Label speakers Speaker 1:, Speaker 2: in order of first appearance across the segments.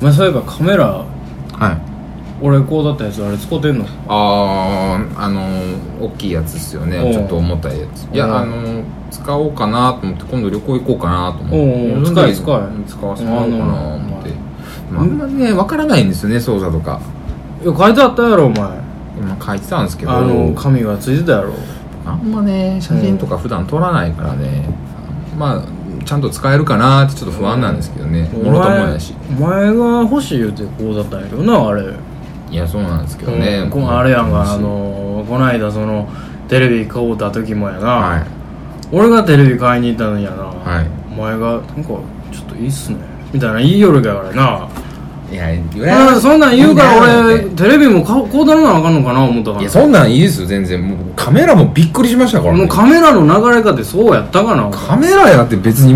Speaker 1: お前そういえばカメラ
Speaker 2: はい
Speaker 1: 俺こうだったやつあれ使ってんの
Speaker 2: あーあのー大きいやつですよ
Speaker 1: おう
Speaker 2: ねちょっと重たいやつい
Speaker 1: おう
Speaker 2: やあのー使おうかなと思って今度旅行行こうかなと思
Speaker 1: おうおう
Speaker 2: って
Speaker 1: 使え使え
Speaker 2: うん使わせてもらおうかなと思ってまああんまりねわからないんですよね操作とか
Speaker 1: いや書いてあったやろお前
Speaker 2: 今書いてたんですけど
Speaker 1: あの紙がついてたやろ
Speaker 2: あんまね写真とか普段撮らないからね、まあちゃんと使えるかなってちょっと不安なんですけどね、
Speaker 1: お
Speaker 2: もろとも
Speaker 1: 前
Speaker 2: やし
Speaker 1: お前が欲しい言うてこうだったんやけどなあれ
Speaker 2: いやそうなんですけどね、
Speaker 1: うんこあれやんかあのこないだそのテレビ買おうた時もやな、
Speaker 2: はい
Speaker 1: 俺がテレビ買いに行ったのにやな、
Speaker 2: は
Speaker 1: お前がなんかちょっといいっすねみたいな言いよるからやない
Speaker 2: いや言われ
Speaker 1: な、そんなん言うから
Speaker 2: なんや
Speaker 1: 俺
Speaker 2: ろって
Speaker 1: テレビも買おう買うたらなあかんのかな思ったから
Speaker 2: いやそんなんいいですよ全然もうカメラもびっくりしましたから、
Speaker 1: もう
Speaker 2: ね、
Speaker 1: カメラの流れかってそうやったかな
Speaker 2: カメラやって別に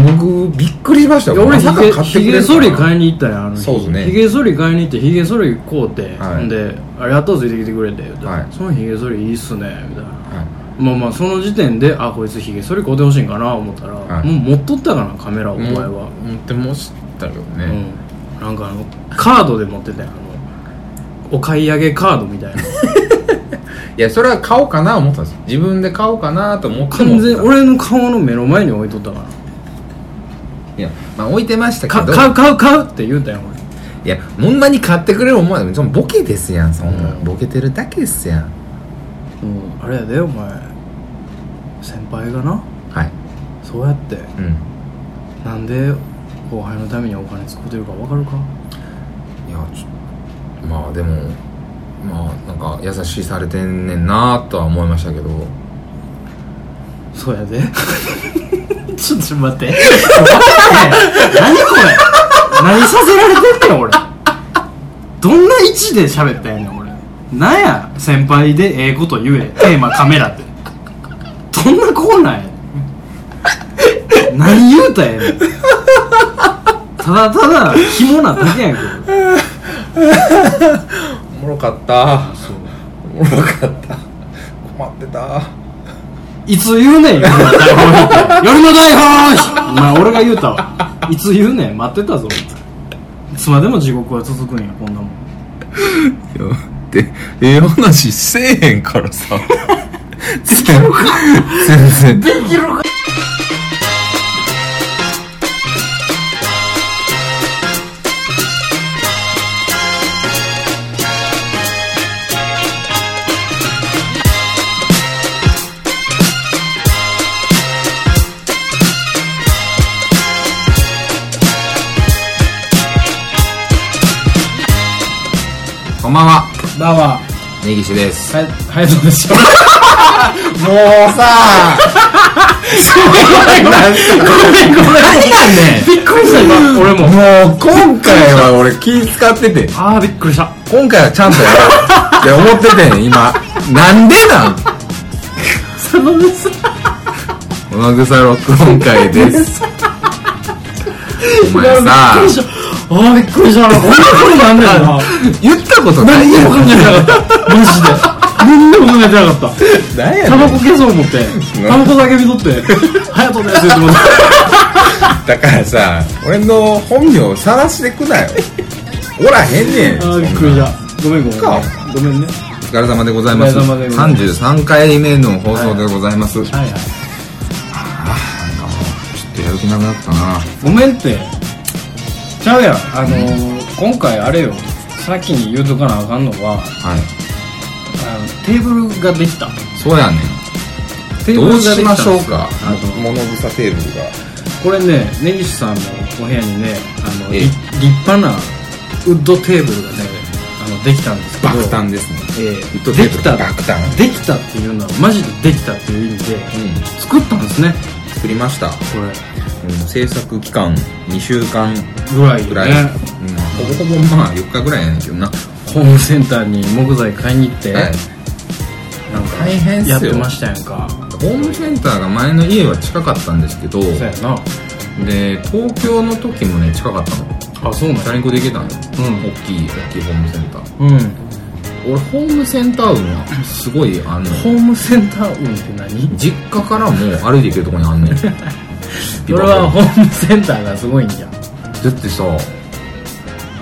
Speaker 2: 僕びっくりしました
Speaker 1: い
Speaker 2: よ
Speaker 1: や俺
Speaker 2: まさ
Speaker 1: ひ
Speaker 2: か
Speaker 1: げ
Speaker 2: 買
Speaker 1: ひ
Speaker 2: ってくれ
Speaker 1: げ
Speaker 2: るか
Speaker 1: 剃
Speaker 2: な
Speaker 1: り買いに行ったんやあの日
Speaker 2: そうですね
Speaker 1: ひげ剃り買いに行ってひげ剃り買うて、
Speaker 2: はい
Speaker 1: ほんでありがとうついてきてくれて言うて、
Speaker 2: はい
Speaker 1: そのひげ剃りいいっすねみたいな
Speaker 2: は
Speaker 1: まあまあその時点であこいつひげ剃り買うてほしいんかな思ったら、
Speaker 2: はい
Speaker 1: もう持っとったかなカメラお
Speaker 2: い
Speaker 1: 前は、
Speaker 2: もう持ってましたよ
Speaker 1: う
Speaker 2: ね、
Speaker 1: ん、なんかあのカードで持ってたんやあのお買い上げカードみた いな
Speaker 2: いやそれは買おうかな思ったんですよ自分で買おうかなと思っても
Speaker 1: 完全俺の顔の目の前に置いとったから
Speaker 2: いやまあ置いてましたけ
Speaker 1: か
Speaker 2: ど
Speaker 1: 買う買う買うって言うたんや俺
Speaker 2: いやほんまに買ってくれる思わないそのボケですやんそんな、
Speaker 1: うん
Speaker 2: ボケてるだけですやん
Speaker 1: うんあれやでお前先輩がな
Speaker 2: はい
Speaker 1: そうやって
Speaker 2: うん
Speaker 1: なんで後輩のためにお金使ってるか分かるか
Speaker 2: いやちょまあでもまあなんか優しいされてんねんなとは思いましたけど
Speaker 1: そうやで ちょっと待 って何これ何させられてんねん俺どんな位置で喋ったんやねん俺なんや先輩でええこと言えテーマカメラってどんなコーナーやねん何言うたんやねんただただ肝なだけやんけ俺
Speaker 2: おもろかった
Speaker 1: そう
Speaker 2: おもろかった困ってた
Speaker 1: いつ言うねん、 夜の台本。夜の台本お前、俺が言うたわ。いつ言うねん、待ってたぞ。いつまでも地獄は続くんや、こんなもん。
Speaker 2: でええ話せえへんからさ全然全然
Speaker 1: できるか
Speaker 2: こんばんは
Speaker 1: だわ。
Speaker 2: 根岸です、
Speaker 1: はい、はい、そうでしょ。
Speaker 2: もうさなんすか
Speaker 1: ごめん、ごめん。
Speaker 2: 何やねん
Speaker 1: びっくりした、今、俺も。
Speaker 2: もう今回は俺気使ってて
Speaker 1: あー、びっくりした。
Speaker 2: 今回はちゃんとやろうって思っててん今なんでなん
Speaker 1: その別
Speaker 2: 小野草ロックオン会ですお
Speaker 1: びっ
Speaker 2: 前さ
Speaker 1: くりした。あー、びっくりした。こんなことなんねんな。
Speaker 2: 言ったことない
Speaker 1: 何にも考えてなかった。マジで。何にも考えてなかった。
Speaker 2: 何や
Speaker 1: タ
Speaker 2: ね
Speaker 1: バ
Speaker 2: ん
Speaker 1: コ消そう思って、タバコだけ見とって、 ハヤトですって言ってもらった。
Speaker 2: だからさ俺の本名を晒して くなよおらへんねん
Speaker 1: あーびっくりしたごめんごめん
Speaker 2: か
Speaker 1: ごめんね
Speaker 2: お疲れ様でございます
Speaker 1: お疲れ様でございます
Speaker 2: 33回目の放送でございます、
Speaker 1: はいはい
Speaker 2: ちょっとやる気なくなったな
Speaker 1: ごめんってちゃうやんあのー、今回あれよ先に言うとかなあかんのは
Speaker 2: はい
Speaker 1: あのテーブルができた
Speaker 2: そうやねん
Speaker 1: テーブ
Speaker 2: ど
Speaker 1: ルが
Speaker 2: う
Speaker 1: できたんです
Speaker 2: し
Speaker 1: よ
Speaker 2: ましょうか
Speaker 1: あの
Speaker 2: 物草テーブルが
Speaker 1: これね根岸さんのお部屋にねあの
Speaker 2: ええ
Speaker 1: り立派なウッドテーブルがねあのできたんですけど
Speaker 2: 爆誕ですね
Speaker 1: ええ
Speaker 2: ウッドテ
Speaker 1: で
Speaker 2: ーブ
Speaker 1: き
Speaker 2: ル
Speaker 1: た
Speaker 2: 爆誕
Speaker 1: できたっていうのはマジでできたっていう意味で
Speaker 2: う
Speaker 1: 作ったんですね
Speaker 2: ん作りました、
Speaker 1: これ
Speaker 2: うん、制作期間2週間
Speaker 1: ぐらい
Speaker 2: ぐ
Speaker 1: よ
Speaker 2: らい、
Speaker 1: ね
Speaker 2: うん、ほぼほぼまあ4日ぐらいやねんけどな、
Speaker 1: ホームセンターに木材買いに行って、
Speaker 2: はい
Speaker 1: なんか
Speaker 2: 大変っすよ
Speaker 1: やってましたやんか
Speaker 2: ホームセンターが前の家は近かったんですけど
Speaker 1: そうやな
Speaker 2: で東京の時もね近かったの
Speaker 1: あそうなん
Speaker 2: チャ
Speaker 1: や
Speaker 2: リンコで行けたのよ、
Speaker 1: うん
Speaker 2: 大きい大きいホームセンター
Speaker 1: うん
Speaker 2: 俺ホームセンター運はすごいあの
Speaker 1: ホームセンター運って何
Speaker 2: 実家からも歩いて行けるとこに あんねんそ
Speaker 1: それはホームセンターがすごいんじゃん
Speaker 2: だってさ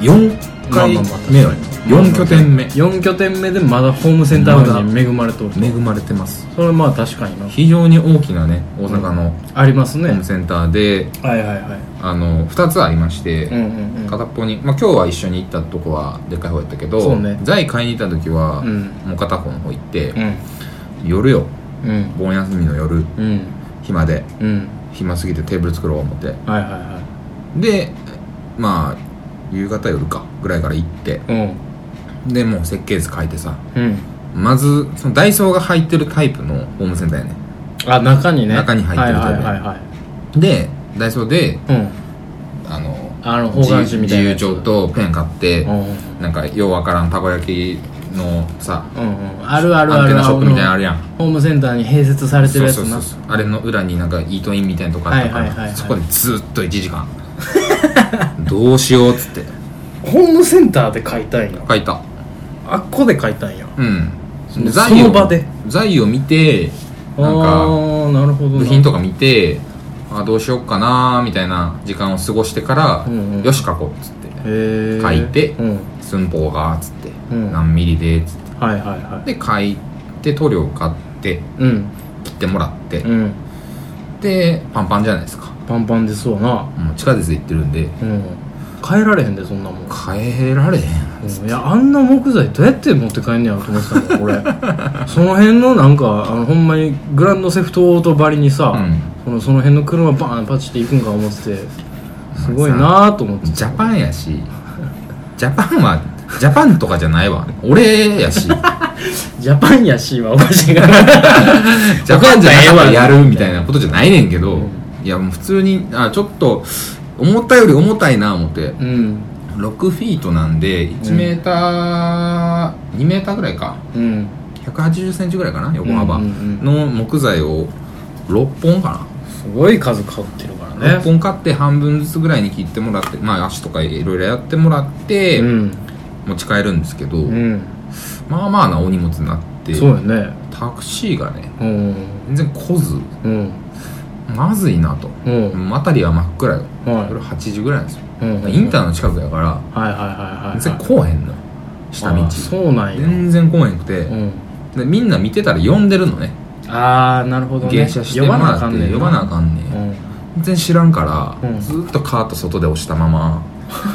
Speaker 2: 4回
Speaker 1: まあまあまあ
Speaker 2: 目よ4拠点目
Speaker 1: 4拠点目でまだホームセンター街に恵まれとる、
Speaker 2: 恵まれてます
Speaker 1: それはまあ確かにな
Speaker 2: 非常に大きなね大阪の
Speaker 1: あります
Speaker 2: ホ
Speaker 1: ね
Speaker 2: ームセンターで、
Speaker 1: はいはいはい
Speaker 2: あの2つありまして、
Speaker 1: うんうんうん
Speaker 2: 片っぽに、まあ、今日は一緒に行ったとこはでっかい方やったけ
Speaker 1: そ
Speaker 2: ど、
Speaker 1: うね
Speaker 2: 財買いに行った時は、
Speaker 1: うん
Speaker 2: もう片方の方行って、
Speaker 1: うん
Speaker 2: 夜よ
Speaker 1: うん
Speaker 2: 盆休みの夜
Speaker 1: うん
Speaker 2: 暇で
Speaker 1: うん
Speaker 2: 暇すぎてテーブル作ろう思って
Speaker 1: はいはい
Speaker 2: でまあ夕方夜かぐらいから行って
Speaker 1: はい
Speaker 2: でもう設計図書いてさ
Speaker 1: うんうん
Speaker 2: まずそのダイソーが入ってるタイプのホームセンターやね
Speaker 1: あ中にね
Speaker 2: 中に入ってる
Speaker 1: はいはいはい
Speaker 2: でダイソーで
Speaker 1: はいうん
Speaker 2: あの
Speaker 1: あの方眼紙みたいなやつ
Speaker 2: 自由帳とペン買って、
Speaker 1: うん
Speaker 2: なんかようわからんたこ焼きのさ
Speaker 1: うんうんあるある
Speaker 2: ア
Speaker 1: あ
Speaker 2: ンテ
Speaker 1: る
Speaker 2: ナショップみたいなのあるやん
Speaker 1: ホームセンターに併設されてるやつ
Speaker 2: そうそ
Speaker 1: な
Speaker 2: うそうそうあれの裏になんかイートインみたいなとこあったから、
Speaker 1: はいはいはいはい
Speaker 2: そこでずっと1時間 どうしようっつって
Speaker 1: ホームセンターで買いたいな
Speaker 2: 書いた
Speaker 1: あっこで買いたいんや
Speaker 2: うん
Speaker 1: その
Speaker 2: 材を
Speaker 1: その場で
Speaker 2: 材を見て
Speaker 1: あ
Speaker 2: なんか
Speaker 1: ーなるほどな
Speaker 2: 部品とか見てあどうしようかなーみたいな時間を過ごしてから、
Speaker 1: うんうん
Speaker 2: よし書こうっつって
Speaker 1: へー
Speaker 2: 書いて
Speaker 1: うん
Speaker 2: 寸法がっつって、
Speaker 1: うん
Speaker 2: 何ミリでっつっ
Speaker 1: はいはいは
Speaker 2: てで書いて塗料買っ
Speaker 1: い
Speaker 2: て
Speaker 1: うん
Speaker 2: 切ってもらって、
Speaker 1: うん
Speaker 2: でパンパンじゃないですか
Speaker 1: パンパンですわな
Speaker 2: もう地下鉄行ってるんで
Speaker 1: うん帰られへんでそんなもん
Speaker 2: 帰られへん
Speaker 1: うんいやあんな木材どうやって持って帰んねやろと思ってたの俺 その辺のなんかあのほんまにグランドセフトオートばりにさ、
Speaker 2: うん
Speaker 1: そのその辺の車バーンパチって行くんか思っててすごいなーと思って
Speaker 2: ジャパンやしジャパンはジャパンとかじゃないわ俺やしジャ
Speaker 1: ジャパンやしはおかしいから
Speaker 2: パンじゃないわやるみたいなことじゃないねんけど、いやもう普通にあちょっと思ったより重たいな思って
Speaker 1: うん
Speaker 2: 6フィートなんで1メーター、2メーターぐらいか
Speaker 1: うん
Speaker 2: 1 8 0センチぐらいかな横幅
Speaker 1: うんうん
Speaker 2: の木材を6本か
Speaker 1: すごい数買ってるか
Speaker 2: な、
Speaker 1: ら
Speaker 2: 6
Speaker 1: ね
Speaker 2: 本買って半分ずつぐらいに切ってもらってまあ足とかいろいろやってもらって、
Speaker 1: うん
Speaker 2: 持ち帰るんですけど、
Speaker 1: うん
Speaker 2: まあまあなお荷物になって
Speaker 1: そうよね
Speaker 2: タクシーがね
Speaker 1: うん
Speaker 2: 全然来ず
Speaker 1: うん
Speaker 2: まずいなと、
Speaker 1: うん
Speaker 2: 辺りは真っ暗よ
Speaker 1: はい
Speaker 2: 夜8時ぐらいなんですよ、
Speaker 1: うん
Speaker 2: インターの近くやから
Speaker 1: はいはいはいはい
Speaker 2: 全然来おへんのよ下道
Speaker 1: あそうなんや
Speaker 2: 全然来へんくて、
Speaker 1: うん
Speaker 2: でみんな見てたら呼んでるのね
Speaker 1: ああなるほどね
Speaker 2: 芸者してもらって呼ばなあ
Speaker 1: か
Speaker 2: かんね
Speaker 1: んね
Speaker 2: ん
Speaker 1: んな
Speaker 2: 全然知らんから、
Speaker 1: うん
Speaker 2: ずっとカート外で押したまま「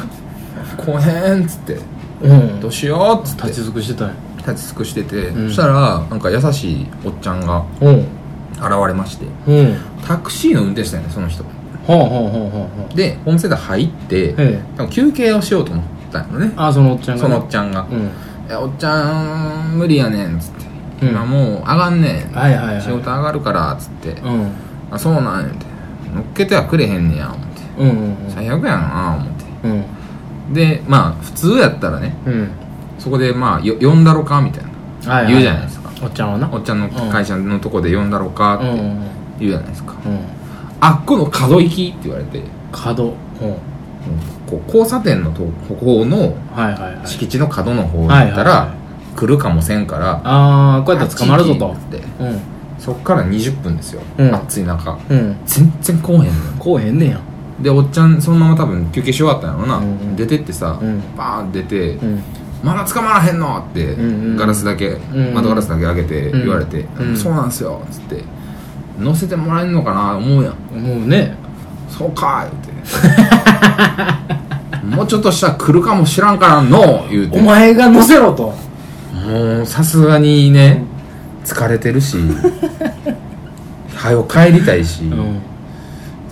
Speaker 2: 来へん」っつって
Speaker 1: うん
Speaker 2: 「
Speaker 1: うん
Speaker 2: どうしよう」っつって
Speaker 1: 立ち
Speaker 2: 立
Speaker 1: 尽くしてたんや
Speaker 2: ち尽くしてて、
Speaker 1: うん
Speaker 2: そしたらなんか優しいおっちゃんが
Speaker 1: うん
Speaker 2: 現れまして
Speaker 1: うん
Speaker 2: タクシーの運転手だよねその人
Speaker 1: ほうほうほうほうほう
Speaker 2: でホームセンター入って
Speaker 1: ええ
Speaker 2: 多分休憩をしようと思ったのね
Speaker 1: あそのおっちゃんが
Speaker 2: そのおっちゃんが
Speaker 1: う
Speaker 2: 「
Speaker 1: ん
Speaker 2: いやおっちゃん無理やねん」っつって「
Speaker 1: うん
Speaker 2: 今もう上がんねん
Speaker 1: はいはいはい
Speaker 2: 仕事上がるから」っつって
Speaker 1: うん
Speaker 2: 「あそうなんや」って「乗っけてはくれへんねや」思って
Speaker 1: うんうん
Speaker 2: 「最悪やな」思って
Speaker 1: うんうん
Speaker 2: でまあ普通やったらね
Speaker 1: うん
Speaker 2: そこでまあよ呼んだろかみたい
Speaker 1: はは
Speaker 2: な言うじゃないですか
Speaker 1: おっちゃんはな
Speaker 2: おっちゃんの会社のとこで呼んだろかっ
Speaker 1: うんう
Speaker 2: て
Speaker 1: ん
Speaker 2: 言うじゃないですか
Speaker 1: うん
Speaker 2: あっこの角行きって言われて
Speaker 1: 角うん
Speaker 2: こう交差点のとここの
Speaker 1: はいはいはい
Speaker 2: 敷地の角の方に行った
Speaker 1: はいはい
Speaker 2: ら
Speaker 1: は
Speaker 2: 来るかもせんから
Speaker 1: ああこうやったら捕まるぞ
Speaker 2: あ
Speaker 1: と
Speaker 2: っち行って
Speaker 1: うん
Speaker 2: そっから20分ですよ、
Speaker 1: うん
Speaker 2: 暑い中
Speaker 1: うん
Speaker 2: 全然来おへんのよ
Speaker 1: こうへんねや
Speaker 2: でおっちゃんそのまま多分休憩し終わったんやろな、
Speaker 1: うんうん
Speaker 2: 出てってさ、
Speaker 1: うん
Speaker 2: バーン出て、
Speaker 1: うん
Speaker 2: まだ捕まらへんのって、
Speaker 1: うんうん
Speaker 2: ガラスだけ、
Speaker 1: んうん
Speaker 2: 窓ガラスだけ開けて
Speaker 1: うん
Speaker 2: 言われて、
Speaker 1: うん
Speaker 2: そうなんすよっつって乗せてもらえんのかな思うやん
Speaker 1: もうね
Speaker 2: そうか ーってもうちょっとしたら来るかもしらんからの言うて
Speaker 1: お前が乗せろと
Speaker 2: もうさすがにね疲れて るしはよ帰りたいし、
Speaker 1: うん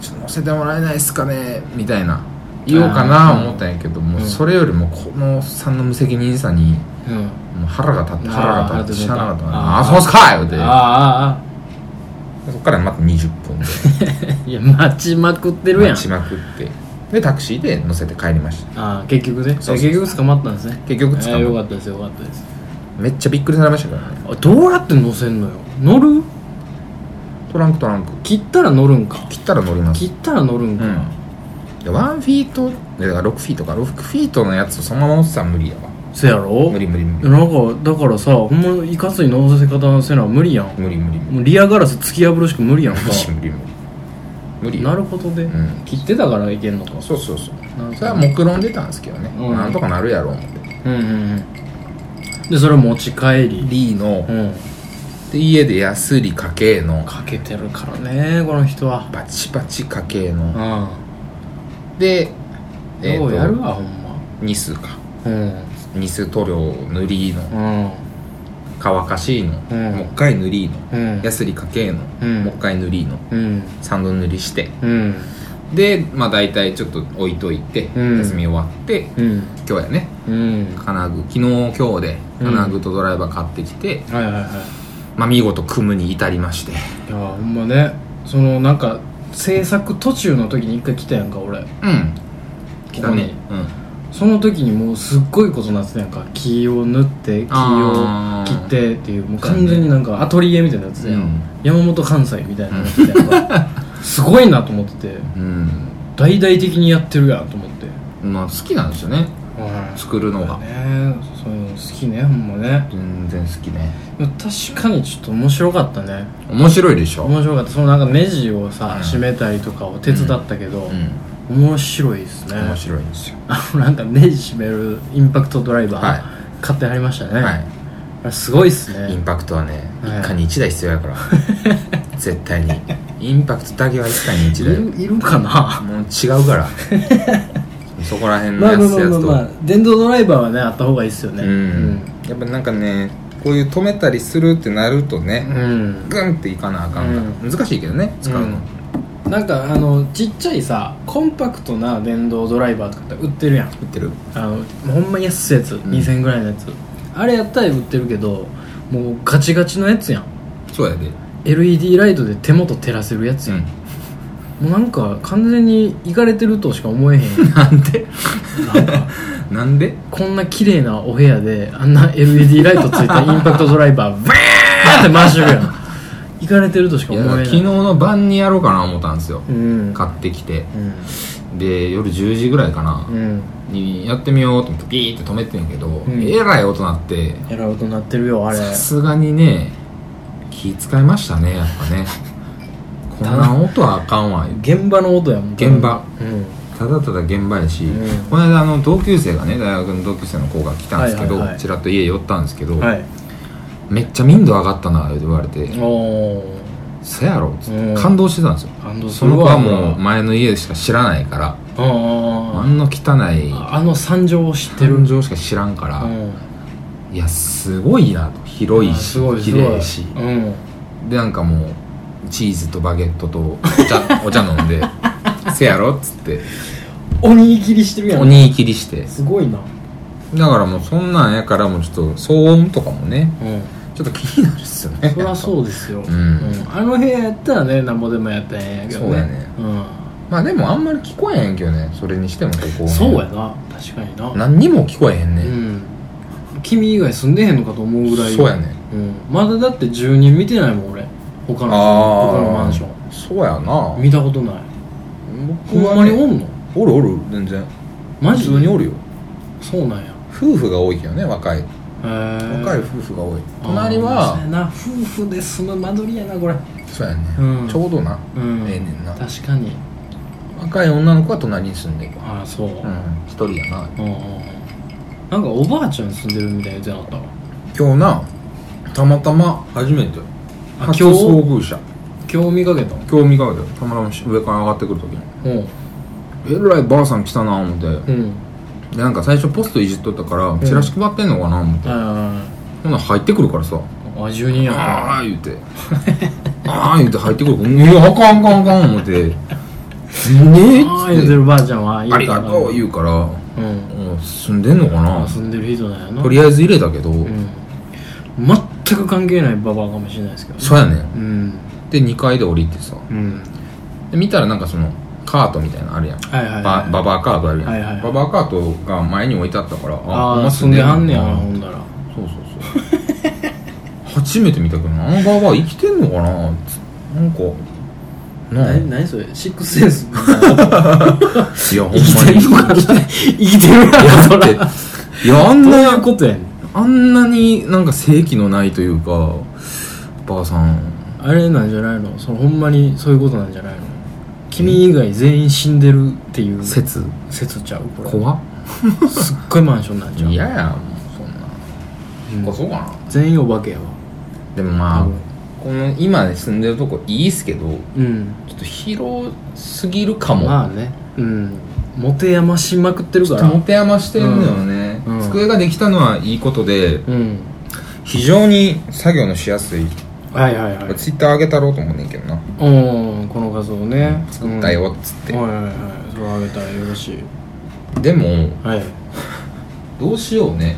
Speaker 2: ちょっと乗せてもらえないっすかねみたいな言おうかな思ったんやけどもう
Speaker 1: うん
Speaker 2: それよりもこのおっさんの無責任さに
Speaker 1: うん
Speaker 2: もう腹が立って
Speaker 1: あー
Speaker 2: 腹が立ってしゃあなかった
Speaker 1: あ
Speaker 2: な
Speaker 1: ー
Speaker 2: あそうっすかよって
Speaker 1: あーあ
Speaker 2: そっからまた20分で
Speaker 1: ー あーいや待ちまくってるやん
Speaker 2: 待ちまくってでタクシーで乗せて帰りました
Speaker 1: ああ結局ね
Speaker 2: そうそう
Speaker 1: 結局捕まったんですね
Speaker 2: 結局捕まった
Speaker 1: えーよかったですよかったです
Speaker 2: めっちゃびっくりされましたからね
Speaker 1: あどうやって乗せんのよ乗る
Speaker 2: トランクトランク
Speaker 1: 切ったら乗るんか
Speaker 2: 切ったら乗ります
Speaker 1: 切ったら乗るんか、
Speaker 2: うんでワンフィートで6フィートか6フィートのやつそのまま乗ってたら無理やわ
Speaker 1: せやろ
Speaker 2: 無理無理無理
Speaker 1: なんかだからさほんまいかつい乗せ方せな無理やん
Speaker 2: 無理無理無理
Speaker 1: もうリアガラス突き破るしか無理やんか
Speaker 2: 無理無理無理無 無理よ
Speaker 1: なるほどね、
Speaker 2: うん
Speaker 1: 切ってたからいけんのか
Speaker 2: そうそうそう
Speaker 1: なるほど
Speaker 2: それは目論んでたんですけどね、
Speaker 1: うん
Speaker 2: なんとかなるやろう思って
Speaker 1: うんうんうんでそれを持ち帰り
Speaker 2: リーの、
Speaker 1: うん
Speaker 2: で家で安り家計の
Speaker 1: かけてるからねこの人は
Speaker 2: バチバチ家計の
Speaker 1: う
Speaker 2: で
Speaker 1: んよ
Speaker 2: と
Speaker 1: うやるわほんま
Speaker 2: ニスか
Speaker 1: うん
Speaker 2: ニス塗料塗りの
Speaker 1: うん
Speaker 2: 乾かしいの、
Speaker 1: うん
Speaker 2: もう一回塗りの
Speaker 1: うん
Speaker 2: 安り家計の、
Speaker 1: うん
Speaker 2: もう一回塗りの
Speaker 1: うん
Speaker 2: 三度塗りして
Speaker 1: うん
Speaker 2: でまあ大体ちょっと置いといて、
Speaker 1: うん
Speaker 2: 休み終わって
Speaker 1: うん
Speaker 2: 今日やね
Speaker 1: うん
Speaker 2: 金具昨日今日で
Speaker 1: うん
Speaker 2: 金具とドライバー買ってきて、
Speaker 1: はいはいはい
Speaker 2: まあ見事組むに至りまして
Speaker 1: いやほんまねそのなんか制作途中の時に一回来たやんか俺
Speaker 2: うん来たね
Speaker 1: こ
Speaker 2: うん
Speaker 1: その時にもうすっごいことになってたやんか木を縫って木を
Speaker 2: あ
Speaker 1: 切
Speaker 2: ー
Speaker 1: ってっていうもう完全になんかアトリエみたいなやつで、
Speaker 2: うん
Speaker 1: 山本関西みたいなやつやんか すごいなと思ってて
Speaker 2: うん
Speaker 1: 大々的にやってるやんと思って
Speaker 2: まあ好きなんですよね作るのが
Speaker 1: ねそういうの好きねほんまね
Speaker 2: 全然好きね
Speaker 1: でも確かにちょっと面白かったね
Speaker 2: 面白いでしょ
Speaker 1: 面白かったそのなんかネジをさ、
Speaker 2: うん
Speaker 1: 締めたりとかを手伝ったけど、
Speaker 2: うん
Speaker 1: 面白いですね
Speaker 2: 面白いんですよ
Speaker 1: あのなんかネジ締めるインパクトドライバー、
Speaker 2: はい
Speaker 1: 買ってはりましたね、
Speaker 2: はい
Speaker 1: あれすごいっす
Speaker 2: イン
Speaker 1: ね
Speaker 2: パクトはね
Speaker 1: はい
Speaker 2: 一家に一台必要 やから絶対にインパクトだけは一家に
Speaker 1: い
Speaker 2: 一台
Speaker 1: るいる かな
Speaker 2: もう違うから そこら辺の
Speaker 1: まあ
Speaker 2: や
Speaker 1: まあ
Speaker 2: つ
Speaker 1: まあ
Speaker 2: や
Speaker 1: まあ、
Speaker 2: つと
Speaker 1: まあ、電動ドライバーはねあった方がいいっすよね
Speaker 2: うんやっぱなんかねこういう止めたりするってなると
Speaker 1: う
Speaker 2: ね、
Speaker 1: ん、
Speaker 2: グンっていかなあかんから、
Speaker 1: う
Speaker 2: 難しいけどね使うの、
Speaker 1: うんなんかあのちっちゃいさコンパクトな電動ドライバーとかって売ってるやん
Speaker 2: 売ってる
Speaker 1: あのほんまに安いやつ、
Speaker 2: ん
Speaker 1: 2000円ぐらいのやつあれやったら売ってるけどもうガチガチのやつやん
Speaker 2: そうやで
Speaker 1: LED ライトで手元照らせるやつ
Speaker 2: う
Speaker 1: やん、
Speaker 2: ん
Speaker 1: もうなんか完全にいかれてるとしか思えへんなんでなんか
Speaker 2: なんで
Speaker 1: こんな綺麗なお部屋であんな LED ライトつ いたインパクトドライバーブーンって回してるやんいかれてるとしか
Speaker 2: い
Speaker 1: 思
Speaker 2: や
Speaker 1: えない
Speaker 2: 昨日の晩にやろうかな思ったんですよ、
Speaker 1: うん
Speaker 2: 買ってきて
Speaker 1: うん
Speaker 2: で夜10時ぐらいかな、
Speaker 1: うん
Speaker 2: にやってみようと思ってピーって止めてんけど、
Speaker 1: ん
Speaker 2: えらい音なって
Speaker 1: えらい音なってるよあれ
Speaker 2: さすがにね気使いましたねやっぱ ねこんな音はあかんわ言うて
Speaker 1: 現場の音やもん
Speaker 2: 現場
Speaker 1: うん
Speaker 2: ただただ現場やし、
Speaker 1: うん
Speaker 2: この間あの同級生がね大学の同級生の子が来たんですけ
Speaker 1: は
Speaker 2: ど、
Speaker 1: いはいはい
Speaker 2: ちらっと家寄ったんですけど、
Speaker 1: はい
Speaker 2: めっちゃ民度上がったなって言われて
Speaker 1: おー
Speaker 2: 「そやろ」っつっ
Speaker 1: うん
Speaker 2: て感動してたんですよ
Speaker 1: 感動す
Speaker 2: そ
Speaker 1: る
Speaker 2: の子
Speaker 1: わ
Speaker 2: はもう前の家しか知らないからあ
Speaker 1: あ
Speaker 2: んな汚い
Speaker 1: ああの惨状を知ってる
Speaker 2: 天井しか知らんから、いやすごいなと広いし綺麗し
Speaker 1: うん
Speaker 2: でなんかもうチーズとバゲットとお 茶お茶飲んで「せやろ」っつって
Speaker 1: おにぎりしてるやん
Speaker 2: おにぎりして
Speaker 1: すごいな
Speaker 2: だからもうそんなんやからもうちょっと騒音とかもね
Speaker 1: うん
Speaker 2: ちょっと気になるっすよね
Speaker 1: そりゃ
Speaker 2: う
Speaker 1: そうですよ、
Speaker 2: ん
Speaker 1: あの部屋やったらねなんぼでもやったらええんやけどね
Speaker 2: そうやねまあでもあんまり聞こえへんけどねそれにしてもこ
Speaker 1: う
Speaker 2: こ
Speaker 1: ん、そうやな確かにな
Speaker 2: 何にも聞こえへんね、
Speaker 1: うん君以外住んでへんのかと思うぐらい
Speaker 2: そうやね
Speaker 1: うん、まだだって住人見てないもん俺他の
Speaker 2: ああ
Speaker 1: 他のマンション
Speaker 2: そうやな
Speaker 1: 見たことないほ
Speaker 2: 僕
Speaker 1: んまにおんの
Speaker 2: おるおる全然
Speaker 1: マジ
Speaker 2: 普通におるよ
Speaker 1: そうなんや
Speaker 2: 夫婦が多いけどね若い
Speaker 1: へー
Speaker 2: 若い夫婦が多い
Speaker 1: あー
Speaker 2: 隣
Speaker 1: そうや
Speaker 2: は
Speaker 1: な夫婦で住む間取りやなこれ
Speaker 2: そうやね、
Speaker 1: うん
Speaker 2: ちょうどな、
Speaker 1: うん
Speaker 2: ええねんな
Speaker 1: 確かに
Speaker 2: 若い女の子は隣に住んでるわ
Speaker 1: ああそう、うん
Speaker 2: うん一人やな
Speaker 1: うんうんなんかおばあちゃん住んでるみたいな言ってなかっ
Speaker 2: 今日なたまたま初めて
Speaker 1: あ
Speaker 2: 今日
Speaker 1: 今日
Speaker 2: 遭遇者
Speaker 1: た今日見かけた
Speaker 2: 今日見かけたよたまたま上から上がってくるときに
Speaker 1: うん
Speaker 2: えらいばあさん来たな思って、
Speaker 1: うん
Speaker 2: でなんか最初ポストいじっとったからチラシ配ってんのかな思って、
Speaker 1: あ
Speaker 2: ほんなら入ってくるからさ
Speaker 1: あ住人やから
Speaker 2: ああ言うてああ言うて入ってくるから「いやあかんあかんあかん」思って「ねえ」っ
Speaker 1: ああ
Speaker 2: つ
Speaker 1: 言う
Speaker 2: って
Speaker 1: るばあちゃんは
Speaker 2: ありがとう
Speaker 1: う
Speaker 2: 言うから
Speaker 1: うん
Speaker 2: うん住んでんのか
Speaker 1: あ
Speaker 2: な
Speaker 1: 住んでる人なんやな
Speaker 2: とりあえず入れたけど、
Speaker 1: うん全く関係ないババアかもしれないですけど
Speaker 2: そうやねん
Speaker 1: うん
Speaker 2: で2階で降りてさ
Speaker 1: うん
Speaker 2: で見たらなんかそのカートみたいなのあるやん
Speaker 1: はいはいはい
Speaker 2: バババアカートあるやん、
Speaker 1: はいはいはい
Speaker 2: ババアカートが前に置いてあったから
Speaker 1: あ
Speaker 2: ほ
Speaker 1: あ
Speaker 2: ま
Speaker 1: 住んではんねや
Speaker 2: な
Speaker 1: なほんだら
Speaker 2: そうそうそう初めて見たけどなあのババア生きてんのかなつなんかなあ
Speaker 1: 何何それシックスセンスみたいない
Speaker 2: やほんま
Speaker 1: 生
Speaker 2: に
Speaker 1: きてるのかな生きてるやろそ
Speaker 2: だ
Speaker 1: れ
Speaker 2: っていやあん
Speaker 1: どうい
Speaker 2: な
Speaker 1: うことやねん
Speaker 2: あんなになんか正気のないというかばあさん
Speaker 1: あれなんじゃないのそのほんまにそういうことなんじゃないの君以外全員死んでるっていう
Speaker 2: 説
Speaker 1: 説ちゃうこ
Speaker 2: 怖っ
Speaker 1: れすっごいマンションなんちゃう
Speaker 2: 嫌やもうそんな
Speaker 1: うん
Speaker 2: こそうかな
Speaker 1: 全員お化けやわ
Speaker 2: でもまあ
Speaker 1: うん
Speaker 2: この今住んでるとこいいっすけど
Speaker 1: うん
Speaker 2: ちょっと広すぎるかも、
Speaker 1: まあねうん持て余しまくってる
Speaker 2: ちょ
Speaker 1: か
Speaker 2: っと
Speaker 1: ら
Speaker 2: 持て余してるのよ
Speaker 1: う
Speaker 2: ね、
Speaker 1: んうん
Speaker 2: 机ができたのはいいことで
Speaker 1: うん
Speaker 2: 非常に作業のしやすい、
Speaker 1: はいはいはい
Speaker 2: ツイッター上げたろうと思うねんけどな
Speaker 1: うんこの画像ね
Speaker 2: 作ったよっつっ
Speaker 1: う
Speaker 2: て
Speaker 1: ん、はいはいはいそれあげたらよろしい
Speaker 2: でも
Speaker 1: はい
Speaker 2: どうしようね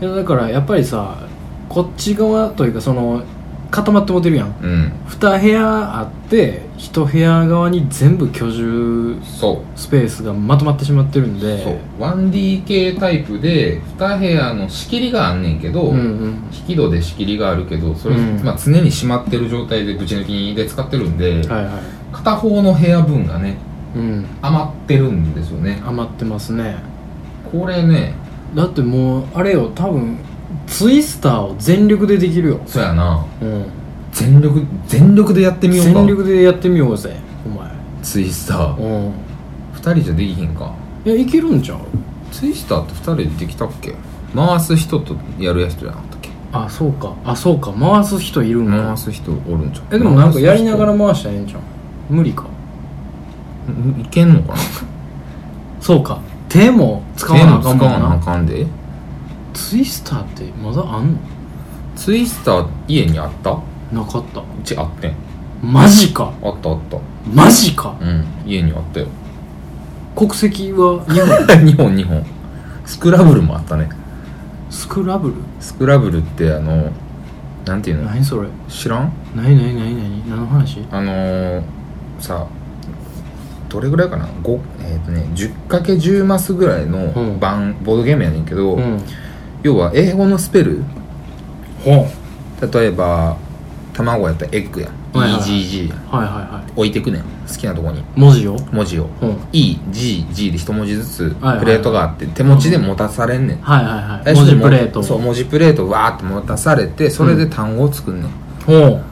Speaker 1: いやだからやっぱりさこっち側というかその固まって持てるやん
Speaker 2: うん
Speaker 1: 2部屋あって1部屋側に全部居住
Speaker 2: そう
Speaker 1: スペースがまとまってしまってるんで
Speaker 2: そう 1DK タイプで2部屋の仕切りがあんねんけど、
Speaker 1: うんうん
Speaker 2: 引き戸で仕切りがあるけどそれ、
Speaker 1: うん
Speaker 2: まあ、常に閉まってる状態でぶち抜きで使ってるんで、
Speaker 1: はいはい
Speaker 2: 片方の部屋分がね
Speaker 1: うん
Speaker 2: 余ってるんですよね
Speaker 1: 余ってますね
Speaker 2: これね
Speaker 1: だってもうあれよ多分ツイスターを全力でできるよ、
Speaker 2: そうやな
Speaker 1: うん、
Speaker 2: 全力全力でやってみようか
Speaker 1: 全力でやってみようぜお前
Speaker 2: ツイスター
Speaker 1: うん
Speaker 2: 2人じゃできひんか
Speaker 1: いやいけるんちゃう
Speaker 2: ツイスターって2人でできたっけ回す人とやるやつじゃなかったっけ
Speaker 1: あそうかあそうか回す人いるんだ、
Speaker 2: 回す人おるんちゃう
Speaker 1: えでもなんかやりながら回したらええんちゃう無理か
Speaker 2: んいけんのかな
Speaker 1: そうか手も使わ
Speaker 2: 手
Speaker 1: なあ
Speaker 2: も
Speaker 1: か
Speaker 2: 使
Speaker 1: んもん
Speaker 2: わなあ
Speaker 1: な
Speaker 2: かんで
Speaker 1: ツイスターってまだあん
Speaker 2: ツイスター家にあったう
Speaker 1: のなかった
Speaker 2: ちあってん
Speaker 1: マジか
Speaker 2: あったあった
Speaker 1: マジか
Speaker 2: うん家にあったよ
Speaker 1: 国籍は 日本
Speaker 2: 日本日本スクラブルもあったね
Speaker 1: スクラブル
Speaker 2: スクラブルってあのなんていうの
Speaker 1: 何それ
Speaker 2: 知らん
Speaker 1: 何何何何何の話
Speaker 2: あのー、さどれぐらいかな5えっ、とね 10×10 マスぐらいの
Speaker 1: うん
Speaker 2: 版、ボードゲームやねんけど、
Speaker 1: うん
Speaker 2: 要は英語のスペル
Speaker 1: ほん
Speaker 2: 例えば卵やったらエッグやん
Speaker 1: はいはいはい
Speaker 2: EGG やん
Speaker 1: はいはいは
Speaker 2: 置いてくねん好きなとこに
Speaker 1: い文字を
Speaker 2: 文字を
Speaker 1: ほんはい
Speaker 2: EGG で一文字ずつ
Speaker 1: はいはい
Speaker 2: プレートがあって手持ちで持たされんねん、
Speaker 1: はいはい
Speaker 2: 最
Speaker 1: 文
Speaker 2: 初
Speaker 1: 字
Speaker 2: にも
Speaker 1: プレート
Speaker 2: そう文字プレートわーって持たされてそれで単語を作んねん、
Speaker 1: ほう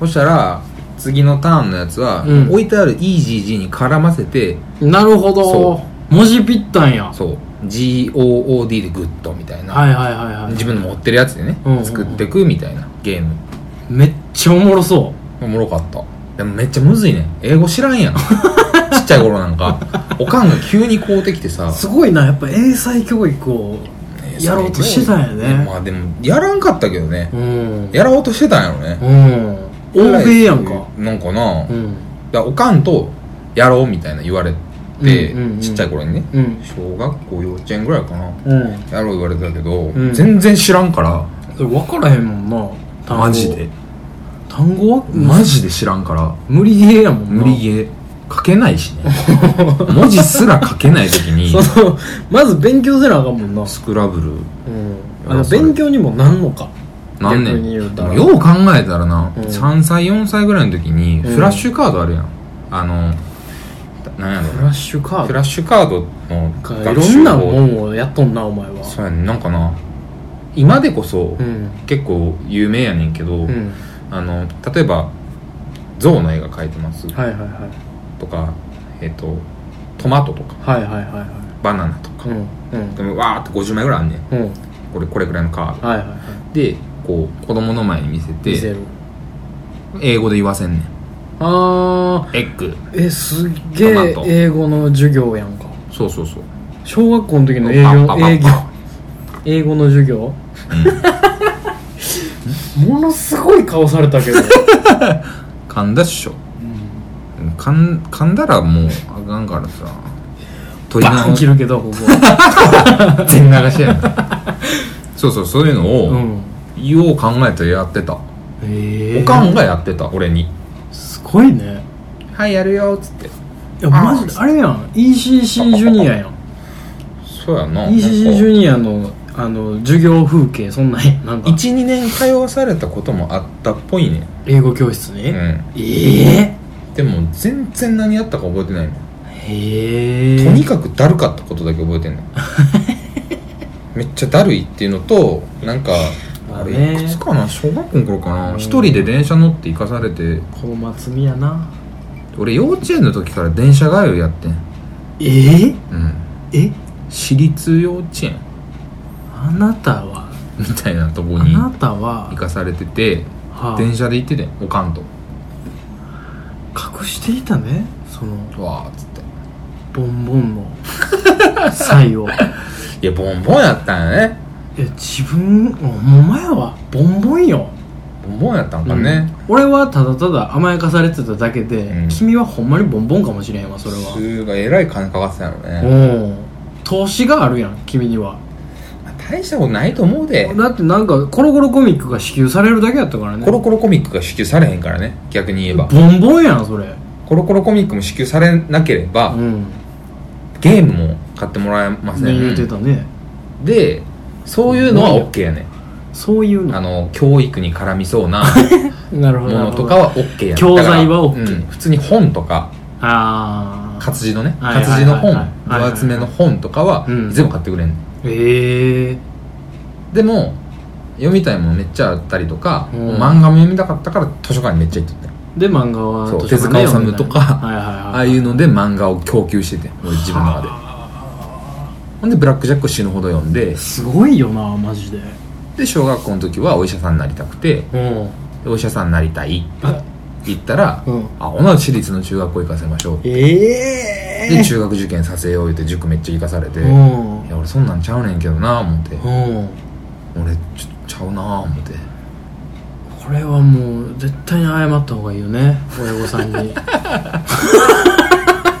Speaker 2: そしたら次のターンのやつは、
Speaker 1: うん
Speaker 2: 置いてある EGG に絡ませて
Speaker 1: なるほど
Speaker 2: そ
Speaker 1: 文字ぴったんやは
Speaker 2: そう GOOD でグッドみたいな、
Speaker 1: いはいはいはい
Speaker 2: 自分の持ってるやつでね、
Speaker 1: うんうんうん
Speaker 2: 作ってくみたいなゲーム
Speaker 1: めっちゃおもろそ
Speaker 2: おもろかったでもめっちゃむずいねん英語知 らんやんちっちゃい頃なんかおかんが急にこうてきてさ
Speaker 1: うすごいなやっぱ英才教育をやろうとしてたんやね
Speaker 2: まあでもやらんかったけどね
Speaker 1: う、ん
Speaker 2: やろうとしてたんやろね、
Speaker 1: うん欧米やんか
Speaker 2: なんかな、
Speaker 1: う
Speaker 2: だか
Speaker 1: ん
Speaker 2: らおかんとやろうみたいな言われて、
Speaker 1: うんうんうん
Speaker 2: ちっちゃい頃にね
Speaker 1: うん
Speaker 2: 小学校幼稚園ぐらいかな
Speaker 1: うん
Speaker 2: やろう言われてたけど、
Speaker 1: ん
Speaker 2: 全然知らんから
Speaker 1: それ分からへんもんな単語
Speaker 2: マジで
Speaker 1: 単語は
Speaker 2: マジで知らんから
Speaker 1: 無理ゲーやもんな
Speaker 2: 無理ゲー書けないしね 文字すら書けない時に
Speaker 1: そのまず勉強せなあかんもんな
Speaker 2: スクラブル
Speaker 1: うん
Speaker 2: や
Speaker 1: あの
Speaker 2: それ
Speaker 1: 勉強にもなんのか
Speaker 2: なんね
Speaker 1: 逆に言うん
Speaker 2: で
Speaker 1: たら
Speaker 2: もよう考えたらな、
Speaker 1: うん
Speaker 2: 3歳4歳ぐらいの時に
Speaker 1: うん
Speaker 2: フラッシュカードあるやん、あのなんやろ
Speaker 1: フ
Speaker 2: な
Speaker 1: ラッシュカー
Speaker 2: フ
Speaker 1: ド
Speaker 2: ラッシュカードの
Speaker 1: かい
Speaker 2: 学
Speaker 1: ろん
Speaker 2: 習
Speaker 1: なも
Speaker 2: 法
Speaker 1: んをやっとんなお前は
Speaker 2: そうやねんなんかな今でこそ
Speaker 1: うん
Speaker 2: 結構有名やねんけど、
Speaker 1: うん
Speaker 2: あの例えば象の絵が描いてます
Speaker 1: はいはいはい
Speaker 2: とか、えっとトマトとか
Speaker 1: はいはいはいは
Speaker 2: バナナとか
Speaker 1: いうん
Speaker 2: でもわーって50枚ぐらいあんねん
Speaker 1: うんうん
Speaker 2: これこれぐらいのカード
Speaker 1: はいはいはい
Speaker 2: でこう子供の前に見せ
Speaker 1: 見せ
Speaker 2: て
Speaker 1: る
Speaker 2: 英語で言わせんねん
Speaker 1: あ
Speaker 2: エッグ
Speaker 1: ーえすっげ
Speaker 2: トマ
Speaker 1: え
Speaker 2: ト
Speaker 1: 英語の授業やんか
Speaker 2: そうそうそう
Speaker 1: 小学校の時の英
Speaker 2: パンパ
Speaker 1: 語
Speaker 2: ンパン
Speaker 1: 英語英語の授業 ものすごい顔された けど
Speaker 2: 噛んだっしょ噛ん噛んだらもうあかんからさ取り
Speaker 1: バーン
Speaker 2: 直
Speaker 1: 切
Speaker 2: し
Speaker 1: るけどここ
Speaker 2: 全流しやねんそうそうそういう
Speaker 1: う
Speaker 2: のを
Speaker 1: ん
Speaker 2: よう考えてやってた
Speaker 1: ええ
Speaker 2: おかんがやってた俺に
Speaker 1: すごいね
Speaker 2: 「はいやるよ」っつって
Speaker 1: いやマジであれやん ECC ジュニアやん
Speaker 2: そうやな
Speaker 1: ECC ジ
Speaker 2: なんか
Speaker 1: ュニアのあの授業風景そんなんやなんか
Speaker 2: 12年通わされたこともあったっぽいね
Speaker 1: 英語教室に、
Speaker 2: んうん
Speaker 1: え
Speaker 2: でも全然何やったか覚えてないもん
Speaker 1: えへえ
Speaker 2: とにかくだるかったことだけ覚えて んのめっちゃだるいっていうのとなんか
Speaker 1: まあ
Speaker 2: あ
Speaker 1: ね
Speaker 2: れいくつかな小学校の頃か
Speaker 1: う
Speaker 2: なん一人で電車乗って行かされて
Speaker 1: 子供集みやな
Speaker 2: 俺幼稚園の時から電車通いやってん
Speaker 1: えー、
Speaker 2: うん
Speaker 1: え
Speaker 2: 私立幼稚園
Speaker 1: あなたは
Speaker 2: みたいなとこ
Speaker 1: あ
Speaker 2: に
Speaker 1: な
Speaker 2: 行
Speaker 1: たは、
Speaker 2: かされてて
Speaker 1: は
Speaker 2: 電車で行ってておかんと
Speaker 1: あ、隠していたねその
Speaker 2: わーっつって
Speaker 1: ボンボンの 才を
Speaker 2: いやボンボンやったんやね
Speaker 1: いや自分お前はボンボンよ
Speaker 2: ボンボンやったんかね、
Speaker 1: うん俺はただただ甘やかされてただけで、
Speaker 2: うん
Speaker 1: 君はほんまにボンボンかもしれんわそれ
Speaker 2: 普
Speaker 1: は
Speaker 2: 通がえらい金かかってたのね、
Speaker 1: うん投資があるやん君には
Speaker 2: まあ大したことないと思うで
Speaker 1: だってなんかコロコロコミックが支給されるだけやったからね
Speaker 2: コロコロコミックが支給されへんからね逆に言えば
Speaker 1: ボンボンやんそれ
Speaker 2: コロコロコミックも支給されなければ、
Speaker 1: うん
Speaker 2: ゲームも買ってもらえません、
Speaker 1: ね言うてたね
Speaker 2: でそういうのは OK やね
Speaker 1: そういうの
Speaker 2: あの教育に絡みそうな
Speaker 1: なるほ
Speaker 2: も
Speaker 1: どなる
Speaker 2: の
Speaker 1: ほ
Speaker 2: と
Speaker 1: ど
Speaker 2: かは OK やね
Speaker 1: 教材は
Speaker 2: だから
Speaker 1: OK
Speaker 2: うん普通に本とか
Speaker 1: ああ
Speaker 2: 活字のね
Speaker 1: はいはい
Speaker 2: 活
Speaker 1: はい
Speaker 2: 字の
Speaker 1: はい
Speaker 2: 本
Speaker 1: はいはいはい
Speaker 2: 分厚めの本とかは
Speaker 1: うん
Speaker 2: 全部買ってくれんねん
Speaker 1: ええ
Speaker 2: でも読みたいものめっちゃあったりとか、
Speaker 1: うん
Speaker 2: 漫画も読みたかったから図書館にめっちゃ行っとったよ
Speaker 1: で漫画は
Speaker 2: そう
Speaker 1: 図書館で
Speaker 2: 手塚治
Speaker 1: 読ん
Speaker 2: 虫
Speaker 1: だり
Speaker 2: とか
Speaker 1: はいはいはい
Speaker 2: ああいうので漫画を供給してて俺自分の中でほんでブラック・ジャック死ぬほど読んです
Speaker 1: ごいよなマジで
Speaker 2: で小学校の時はお医者さんになりたくて
Speaker 1: うん
Speaker 2: でお医者さんになりたいって言ったら、
Speaker 1: うん
Speaker 2: あほな私立の中学校行かせましょう
Speaker 1: え
Speaker 2: で中学受験させよう言って塾めっちゃ行かされて、
Speaker 1: う
Speaker 2: い
Speaker 1: ん
Speaker 2: や俺そんなんちゃうねんけどな思っ
Speaker 1: う
Speaker 2: て、
Speaker 1: ん
Speaker 2: 俺ちょっとちゃうな思って
Speaker 1: これはもう絶対に謝った方がいいよね親御さんに
Speaker 2: い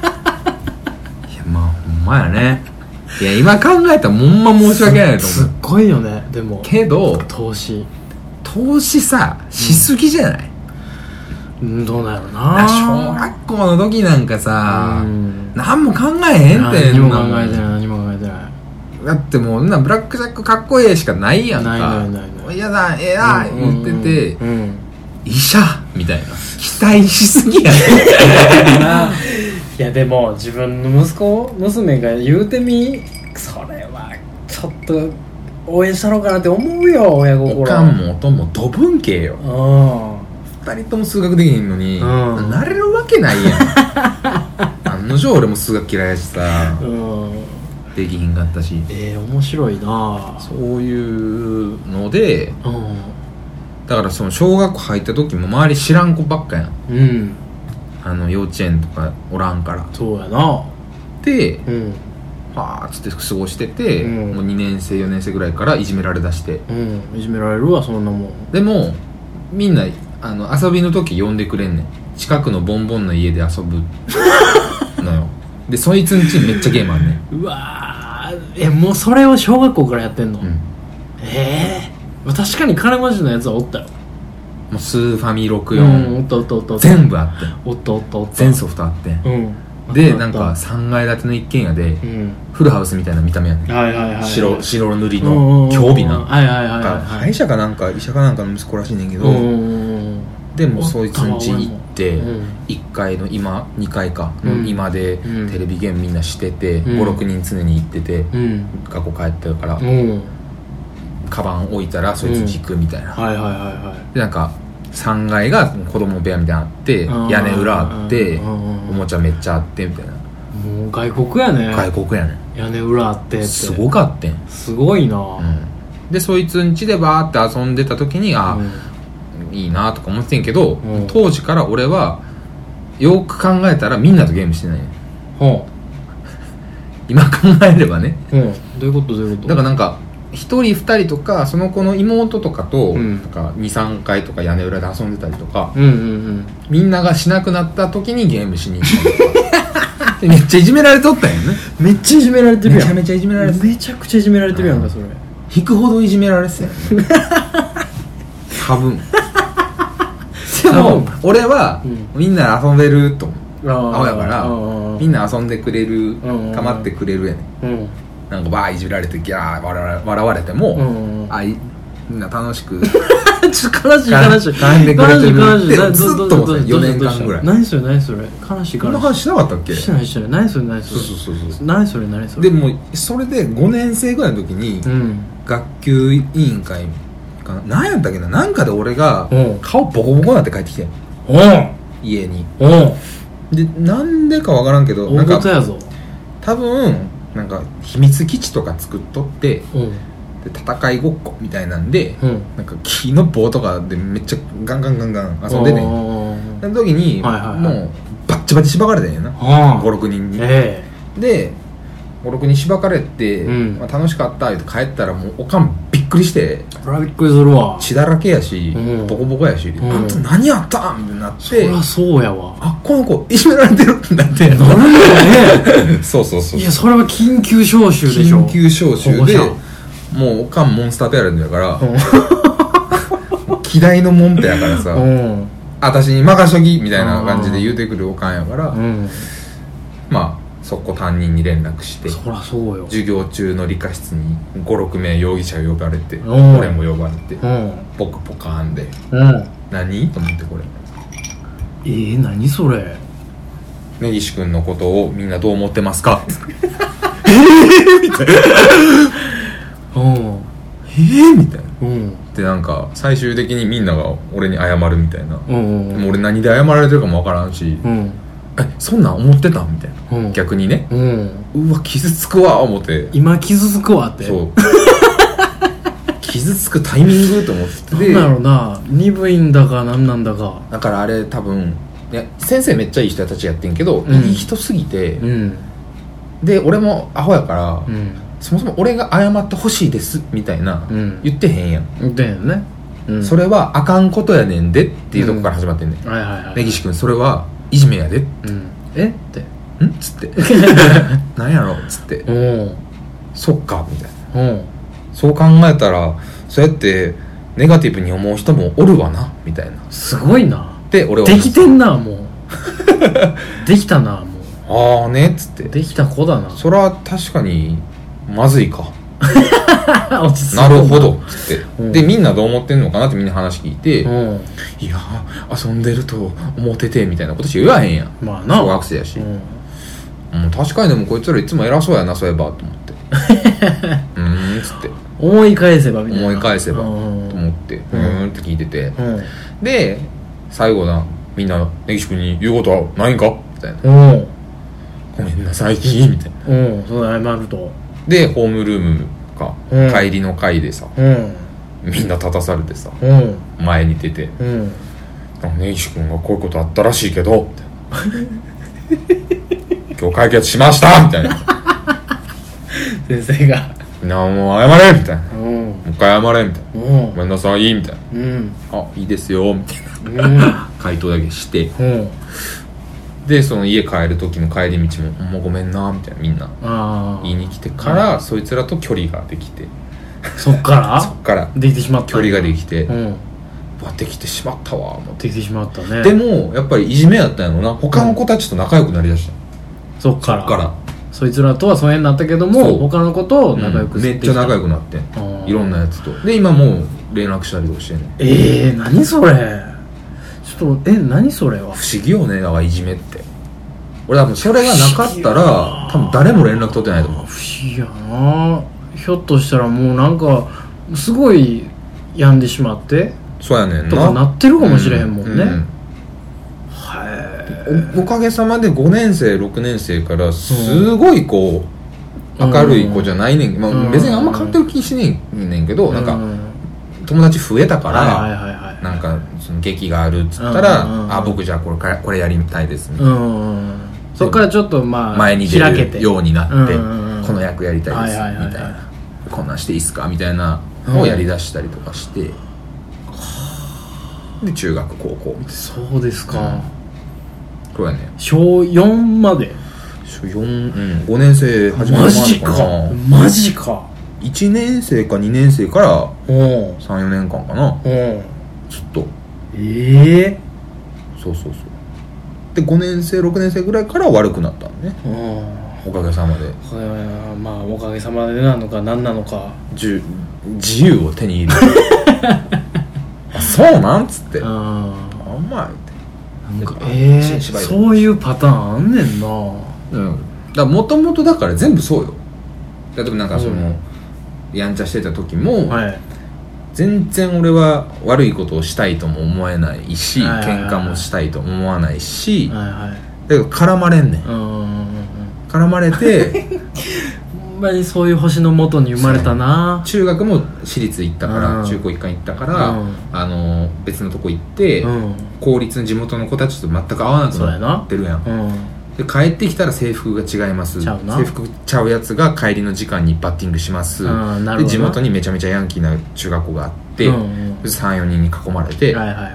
Speaker 2: やまあほんまやねいや今考えたらほんま 申し訳ないと
Speaker 1: すっ
Speaker 2: 思う
Speaker 1: ごいよねでも
Speaker 2: けど
Speaker 1: 投資
Speaker 2: 投資さしすぎじゃない、
Speaker 1: うんどうなんやろ
Speaker 2: な
Speaker 1: な
Speaker 2: 小学校の時なんかさ、
Speaker 1: うん
Speaker 2: 何も考えへんて
Speaker 1: 何も考えてな
Speaker 2: ん
Speaker 1: い何も考えてない
Speaker 2: だってもうなブラックジャックかっこええしかないやんか
Speaker 1: ないないないない
Speaker 2: お医者さんええな言ってて、
Speaker 1: うんうん
Speaker 2: 医者みたいな期待しすぎやね
Speaker 1: いやでも自分の息子娘が言うてみそれはちょっと応援したろうかなって思うよ親心
Speaker 2: おかんもおとんもど文系よ
Speaker 1: も
Speaker 2: 二人とも数学できへんのに、
Speaker 1: うん
Speaker 2: なれるわけない やん案の定俺も数学嫌いやしさ
Speaker 1: うんうん
Speaker 2: できひんかったし
Speaker 1: えー、面白いなぁ
Speaker 2: そういうので
Speaker 1: う
Speaker 2: だからその小学校入った時も周り知らん子ばっかやん
Speaker 1: んうん
Speaker 2: あの幼稚園とかおらんから
Speaker 1: そうやな
Speaker 2: で
Speaker 1: うん
Speaker 2: はあっつって過ごしてて、
Speaker 1: うん
Speaker 2: もう2年生4年生ぐらいからいじめられだして
Speaker 1: うんいじめられるわそんなもん
Speaker 2: でもみんなあの遊びの時呼んでくれんねん近くのボンボンの家で遊ぶのよでそいつんちめっちゃゲームあんねん、
Speaker 1: うわーえもうそれを小学校からやってんの、
Speaker 2: うん、
Speaker 1: ええー、確かに金持ちのやつはおったよ
Speaker 2: もうスーファミ64、
Speaker 1: うんおったおったおったおった
Speaker 2: 全部あってん
Speaker 1: おったおったおった
Speaker 2: 全ソフトあってん
Speaker 1: うん
Speaker 2: で
Speaker 1: あった
Speaker 2: な
Speaker 1: あ
Speaker 2: ん
Speaker 1: った
Speaker 2: か3階建ての一軒家で、
Speaker 1: うん
Speaker 2: フルハウスみたいな見た目やねん
Speaker 1: はいはいはい
Speaker 2: 白白塗り
Speaker 1: うんうんう
Speaker 2: の
Speaker 1: ん
Speaker 2: 興味な
Speaker 1: はいはいはい
Speaker 2: なんか歯医者かなんか医者かなんかの息子らしいねんけど、
Speaker 1: うんうんうん
Speaker 2: でもそいつん家行って、
Speaker 1: うん
Speaker 2: 1階の今2階かの
Speaker 1: うん
Speaker 2: 今で
Speaker 1: うん
Speaker 2: テレビゲームみんなしてて、
Speaker 1: うん
Speaker 2: 56人常に行ってて、
Speaker 1: うん
Speaker 2: 学校帰ってるから、
Speaker 1: うん
Speaker 2: カバン置いたらそいつんち行くみたいな、
Speaker 1: はいはいはいはい
Speaker 2: でなんか3階が子供部屋みたいなのあって
Speaker 1: うん
Speaker 2: 屋根裏あって
Speaker 1: う
Speaker 2: お
Speaker 1: んうんうん
Speaker 2: もちゃめっちゃあってみたいな
Speaker 1: もう外国やね
Speaker 2: 外国やね
Speaker 1: 屋根裏あってって
Speaker 2: んすごかってん、
Speaker 1: すごいな
Speaker 2: うん、でそいつんちでバーって遊んでた時にあ、
Speaker 1: うん
Speaker 2: いいなとか思ってんけど、
Speaker 1: うん
Speaker 2: 当時から俺はよく考えたらみんなとゲームしてないよ
Speaker 1: ほ
Speaker 2: 今考えればね
Speaker 1: ううんどういうことどういうこと
Speaker 2: だからなんか1人2人とかその子の妹とかと、
Speaker 1: うん
Speaker 2: なんか23回とか屋根裏で遊んでたりとか、
Speaker 1: うんうんうん
Speaker 2: みんながしなくなった時にゲームしに行 ったりとかめっちゃいじめられとったよね
Speaker 1: めっちゃいじめられてるやん
Speaker 2: ちゃいじめて
Speaker 1: めちゃくちゃいじめられてるやんかそれ
Speaker 2: 引くほどいじめられてたよ ね多分でも俺は、
Speaker 1: う
Speaker 2: みんな遊べると思う青
Speaker 1: 青
Speaker 2: やからみんな遊んでくれる
Speaker 1: うん
Speaker 2: 構ってくれるやね
Speaker 1: うん
Speaker 2: なんかわーいじめられてギャー笑われ笑われても、
Speaker 1: うんうん
Speaker 2: あいみんな楽 しく
Speaker 1: ちょっと悲しい悲しい
Speaker 2: 絡んでくれてる
Speaker 1: 悲しい悲しい
Speaker 2: ってずっと思ってた
Speaker 1: どうした
Speaker 2: 4年間ぐ
Speaker 1: ど
Speaker 2: らい
Speaker 1: うした何それ何それ悲しい
Speaker 2: こんな
Speaker 1: 悲
Speaker 2: 話しなかったっけ
Speaker 1: しいして
Speaker 2: そう
Speaker 1: ないしてない何それ何そ
Speaker 2: そう
Speaker 1: れ
Speaker 2: そうそう
Speaker 1: 何それ何それ
Speaker 2: でもそれで5年生ぐらいの時に、
Speaker 1: うん
Speaker 2: 学級委員会かな何やったっけななんかで俺が
Speaker 1: うん
Speaker 2: 顔ボコボコになって帰ってきてん
Speaker 1: おう
Speaker 2: 家に
Speaker 1: おう
Speaker 2: でなんでかわからんけどな
Speaker 1: 大
Speaker 2: んか
Speaker 1: 事やぞ
Speaker 2: 多分なんか秘密基地とか作っとって
Speaker 1: うん
Speaker 2: で戦いごっこみたいなんで、
Speaker 1: うん
Speaker 2: なんか木の棒とかでめっちゃガンガンガンガン遊んでねん
Speaker 1: ね
Speaker 2: その時に、
Speaker 1: はいはいはい
Speaker 2: もうバッチバチしばかれたんやな
Speaker 1: ああ
Speaker 2: 56人に、
Speaker 1: え
Speaker 2: で56人しばかれて、
Speaker 1: うん
Speaker 2: まあ、楽しかった言って帰ったらもうおかんびっくりして
Speaker 1: えそれはびっくりするわ
Speaker 2: 血だらけやし、
Speaker 1: うん
Speaker 2: ボコボコやし、
Speaker 1: ん
Speaker 2: あんた何やったんってなっ
Speaker 1: そり
Speaker 2: て
Speaker 1: ゃそうやわ
Speaker 2: あこの子いじめられてるってなって
Speaker 1: なるよね
Speaker 2: そうそうそう
Speaker 1: い やそれは緊急招集でしょ
Speaker 2: 緊急招
Speaker 1: 保
Speaker 2: 集
Speaker 1: 護
Speaker 2: で
Speaker 1: 者
Speaker 2: もうおかんモンスターペアレントやから嫌いのモンペやからさ
Speaker 1: うん
Speaker 2: 私に任しときみたいな感じで言うてくるおかんやから
Speaker 1: うん
Speaker 2: まあそこ担任に連絡して
Speaker 1: そりゃそうよ
Speaker 2: 授業中の理科室に56名容疑者呼ばれて
Speaker 1: うん
Speaker 2: 俺も呼ばれて
Speaker 1: うん
Speaker 2: ポクポカーンで
Speaker 1: うん
Speaker 2: 何と思ってこれ
Speaker 1: えー、何それ
Speaker 2: 根岸君のことをみんなどう思ってますか
Speaker 1: うん
Speaker 2: ええみたいな
Speaker 1: うん
Speaker 2: でなんか最終的にみんなが俺に謝るみたいな
Speaker 1: うんうん
Speaker 2: もう俺何で謝られてるかもわからんし、
Speaker 1: うん
Speaker 2: えそんなん思ってたみたいな、
Speaker 1: うん
Speaker 2: 逆にね
Speaker 1: うん
Speaker 2: うわ傷つくわ思って
Speaker 1: 今傷つくわって
Speaker 2: そう傷つくタイミングと思って
Speaker 1: なんだろうな鈍いんだか何なんだか
Speaker 2: だからあれ多分いや先生めっちゃいい人たちやってんけど、
Speaker 1: うん
Speaker 2: いい人すぎて、
Speaker 1: うん
Speaker 2: で俺もアホやから、
Speaker 1: うん
Speaker 2: そもそも俺が謝ってほしいですみたいな、
Speaker 1: うん
Speaker 2: 言ってへんやん、
Speaker 1: 言ったんやねうん
Speaker 2: それはあかんことやねんでっていうとこから始まってんね、ん
Speaker 1: はいはいはい
Speaker 2: 根岸君それはいじめやでん
Speaker 1: うんえって
Speaker 2: つって なんやろつって
Speaker 1: うん
Speaker 2: そっかみたいな
Speaker 1: うん
Speaker 2: そう考えたらそうやってネガティブに思う人もおるわなみたいな
Speaker 1: すごいな
Speaker 2: で俺は
Speaker 1: できてんなも うできたなも
Speaker 2: ああねっつっ
Speaker 1: う
Speaker 2: て
Speaker 1: できた子だな
Speaker 2: そら確かにまずいか
Speaker 1: 落ち着く
Speaker 2: なるほどっつって、
Speaker 1: うん
Speaker 2: でみんなどう思ってんのかなってみんな話聞いて、
Speaker 1: うん
Speaker 2: いやー遊んでると思っててみたいなことしか言わへんやん
Speaker 1: まあな
Speaker 2: 小学生やし、
Speaker 1: う
Speaker 2: も
Speaker 1: ん
Speaker 2: うん確かにでもこいつらいつも偉そうやなそういえばと思って うーんっつって
Speaker 1: 思い返せばみたいな
Speaker 2: 思い返せばと
Speaker 1: うんうん
Speaker 2: 思ってうーんって聞いてて、
Speaker 1: うん
Speaker 2: で最後なみんな根岸君に言うことはないんかみたいな
Speaker 1: うん
Speaker 2: 「ごめんなさい」みたいな
Speaker 1: うんそう謝ると
Speaker 2: でホームルームか、
Speaker 1: うん
Speaker 2: 帰りの会でさ
Speaker 1: うん
Speaker 2: みんな立たされてさ
Speaker 1: うん
Speaker 2: 前に出て
Speaker 1: うん
Speaker 2: 「なんか根岸君がこういうことあったらしいけど」みたいな 今日解決しました」みたいな
Speaker 1: 先生が
Speaker 2: 「なあもう謝れ」みたいな「も
Speaker 1: うん
Speaker 2: う一回謝れ」みたいな
Speaker 1: う
Speaker 2: 「
Speaker 1: ん
Speaker 2: ごめんなさい」みたいな
Speaker 1: うん
Speaker 2: 「あいいですよ」みたいな
Speaker 1: うん
Speaker 2: 回答だけして
Speaker 1: うん
Speaker 2: でその家帰る時の帰り道も「もうごめんな」みたいなみんな
Speaker 1: あ
Speaker 2: 言いに来てから、そいつらと距離ができて
Speaker 1: あそっから
Speaker 2: そっから
Speaker 1: できてしまった
Speaker 2: 距離ができて、
Speaker 1: う
Speaker 2: うんわできてしまったわ思って
Speaker 1: できてしまったね
Speaker 2: でもやっぱりいじめやったんやろな他の子たちと仲良くなりだした、
Speaker 1: そっから
Speaker 2: だから
Speaker 1: そいつらとは疎遠になったけど
Speaker 2: そう
Speaker 1: も他の子と仲良
Speaker 2: う
Speaker 1: く
Speaker 2: ん
Speaker 1: して
Speaker 2: めっちゃ仲良くなってん
Speaker 1: ー
Speaker 2: いろんなやつとで今もう連絡したりとかしてんねん
Speaker 1: ええー、何それちょっとえ何それは
Speaker 2: 不思議よねだからいじめって俺多分それがなかった
Speaker 1: 不思
Speaker 2: ら多分誰も連絡取ってないと
Speaker 1: 不
Speaker 2: 思う
Speaker 1: 思議やなひょっとしたらもうなんかすごい病んでしまって
Speaker 2: そうやねんな
Speaker 1: とかなってるかもしれへんもんね、
Speaker 2: う
Speaker 1: はい
Speaker 2: おおかげさまで5年生6年生からすごいこう
Speaker 1: うん
Speaker 2: 明るい子じゃないねん、ま
Speaker 1: う
Speaker 2: あ、
Speaker 1: ん
Speaker 2: 別にあんま変わってる気しねえねんけどなん
Speaker 1: う
Speaker 2: か友達増えたか
Speaker 1: はい
Speaker 2: ら
Speaker 1: はいはいはい
Speaker 2: なんかその劇があるっつった
Speaker 1: うんうんうん
Speaker 2: ら「あ僕じゃあこれかこれやりたいですみたいな」
Speaker 1: うんそっからちょっとまあ
Speaker 2: 前に出
Speaker 1: 開けて
Speaker 2: るようになって
Speaker 1: うんうんうん
Speaker 2: この役やりたいです
Speaker 1: はいはいはいはい
Speaker 2: みたいなこんなんしていいっすかみたいなのをやりだしたりとかしてで中学高校みたい
Speaker 1: そうですか、
Speaker 2: なこれはね
Speaker 1: 小4まで
Speaker 2: 小四うん5年生始ま
Speaker 1: マ
Speaker 2: る
Speaker 1: ジ
Speaker 2: 前
Speaker 1: か
Speaker 2: かな
Speaker 1: マジか
Speaker 2: 1年生か2年生から
Speaker 1: おうん
Speaker 2: 34年間かな
Speaker 1: うん
Speaker 2: ずっと
Speaker 1: ええ
Speaker 2: そうそうそうで5年生6年生ぐらいから悪くなったのね
Speaker 1: うん
Speaker 2: おかげさまで
Speaker 1: これはまあおかげさまでなのか何なのか
Speaker 2: 自自由を手に入れる あそうなんつってあ
Speaker 1: あ
Speaker 2: んまりって
Speaker 1: なんか
Speaker 2: やっぱ
Speaker 1: ええ
Speaker 2: し芝居で
Speaker 1: そういうパターンあんねんな
Speaker 2: うんだもともとだから全部そうよ例えばなんかその、
Speaker 1: うん
Speaker 2: やんちゃしてた時も、
Speaker 1: はい
Speaker 2: 全然俺は悪いことをしたいとも思えないし、
Speaker 1: はいはいはい
Speaker 2: 喧嘩もしたいとも思わないし、
Speaker 1: はいはい
Speaker 2: けど絡まれんねん
Speaker 1: うんうんうん
Speaker 2: 絡まれ て
Speaker 1: うんほんまにそういう星の元に生まれたな
Speaker 2: 中学も私立行ったから
Speaker 1: うん
Speaker 2: 中高一貫行ったから、
Speaker 1: うん
Speaker 2: あのー別のとこ行って、
Speaker 1: うん
Speaker 2: 公立の地元の子たちと全く合わなく
Speaker 1: そうやな
Speaker 2: なってるやん
Speaker 1: うん
Speaker 2: で帰ってきたら制服が違います
Speaker 1: ちゃうな
Speaker 2: 制服ちゃうやつが帰りの時間にバッティングします
Speaker 1: あーなるほど
Speaker 2: で
Speaker 1: な
Speaker 2: 地元にめちゃめちゃヤンキーな中学校があって、
Speaker 1: うんうん
Speaker 2: 34人に囲まれて、
Speaker 1: はいはいはい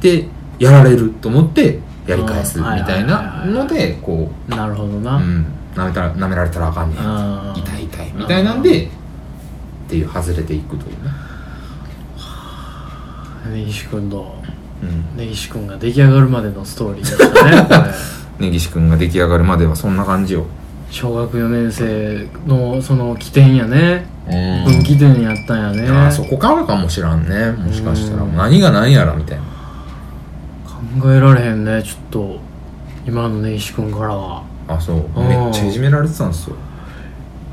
Speaker 2: でやられると思ってやり返すみ
Speaker 1: うん
Speaker 2: たいなのでこ
Speaker 1: なるほど
Speaker 2: う、う
Speaker 1: な、
Speaker 2: ん、舐めたら舐められたらあかんねん
Speaker 1: あー
Speaker 2: 痛い痛いみたいなんでっていう外れていくというね、
Speaker 1: 根岸君の
Speaker 2: うん、
Speaker 1: 根岸君が出来上がるまでのストーリーだったねこ れ
Speaker 2: 根岸君が出来上がるまではそんな感じよ、
Speaker 1: 小学4年生のその起点やね
Speaker 2: うん
Speaker 1: 分岐点やったんやね
Speaker 2: あーそこからかもしらんねもしかしたら
Speaker 1: うん
Speaker 2: 何が何やらみたいな
Speaker 1: 考えられへんねちょっと今の根岸君からは
Speaker 2: あそう
Speaker 1: うん
Speaker 2: めっちゃいじめられてたんですよ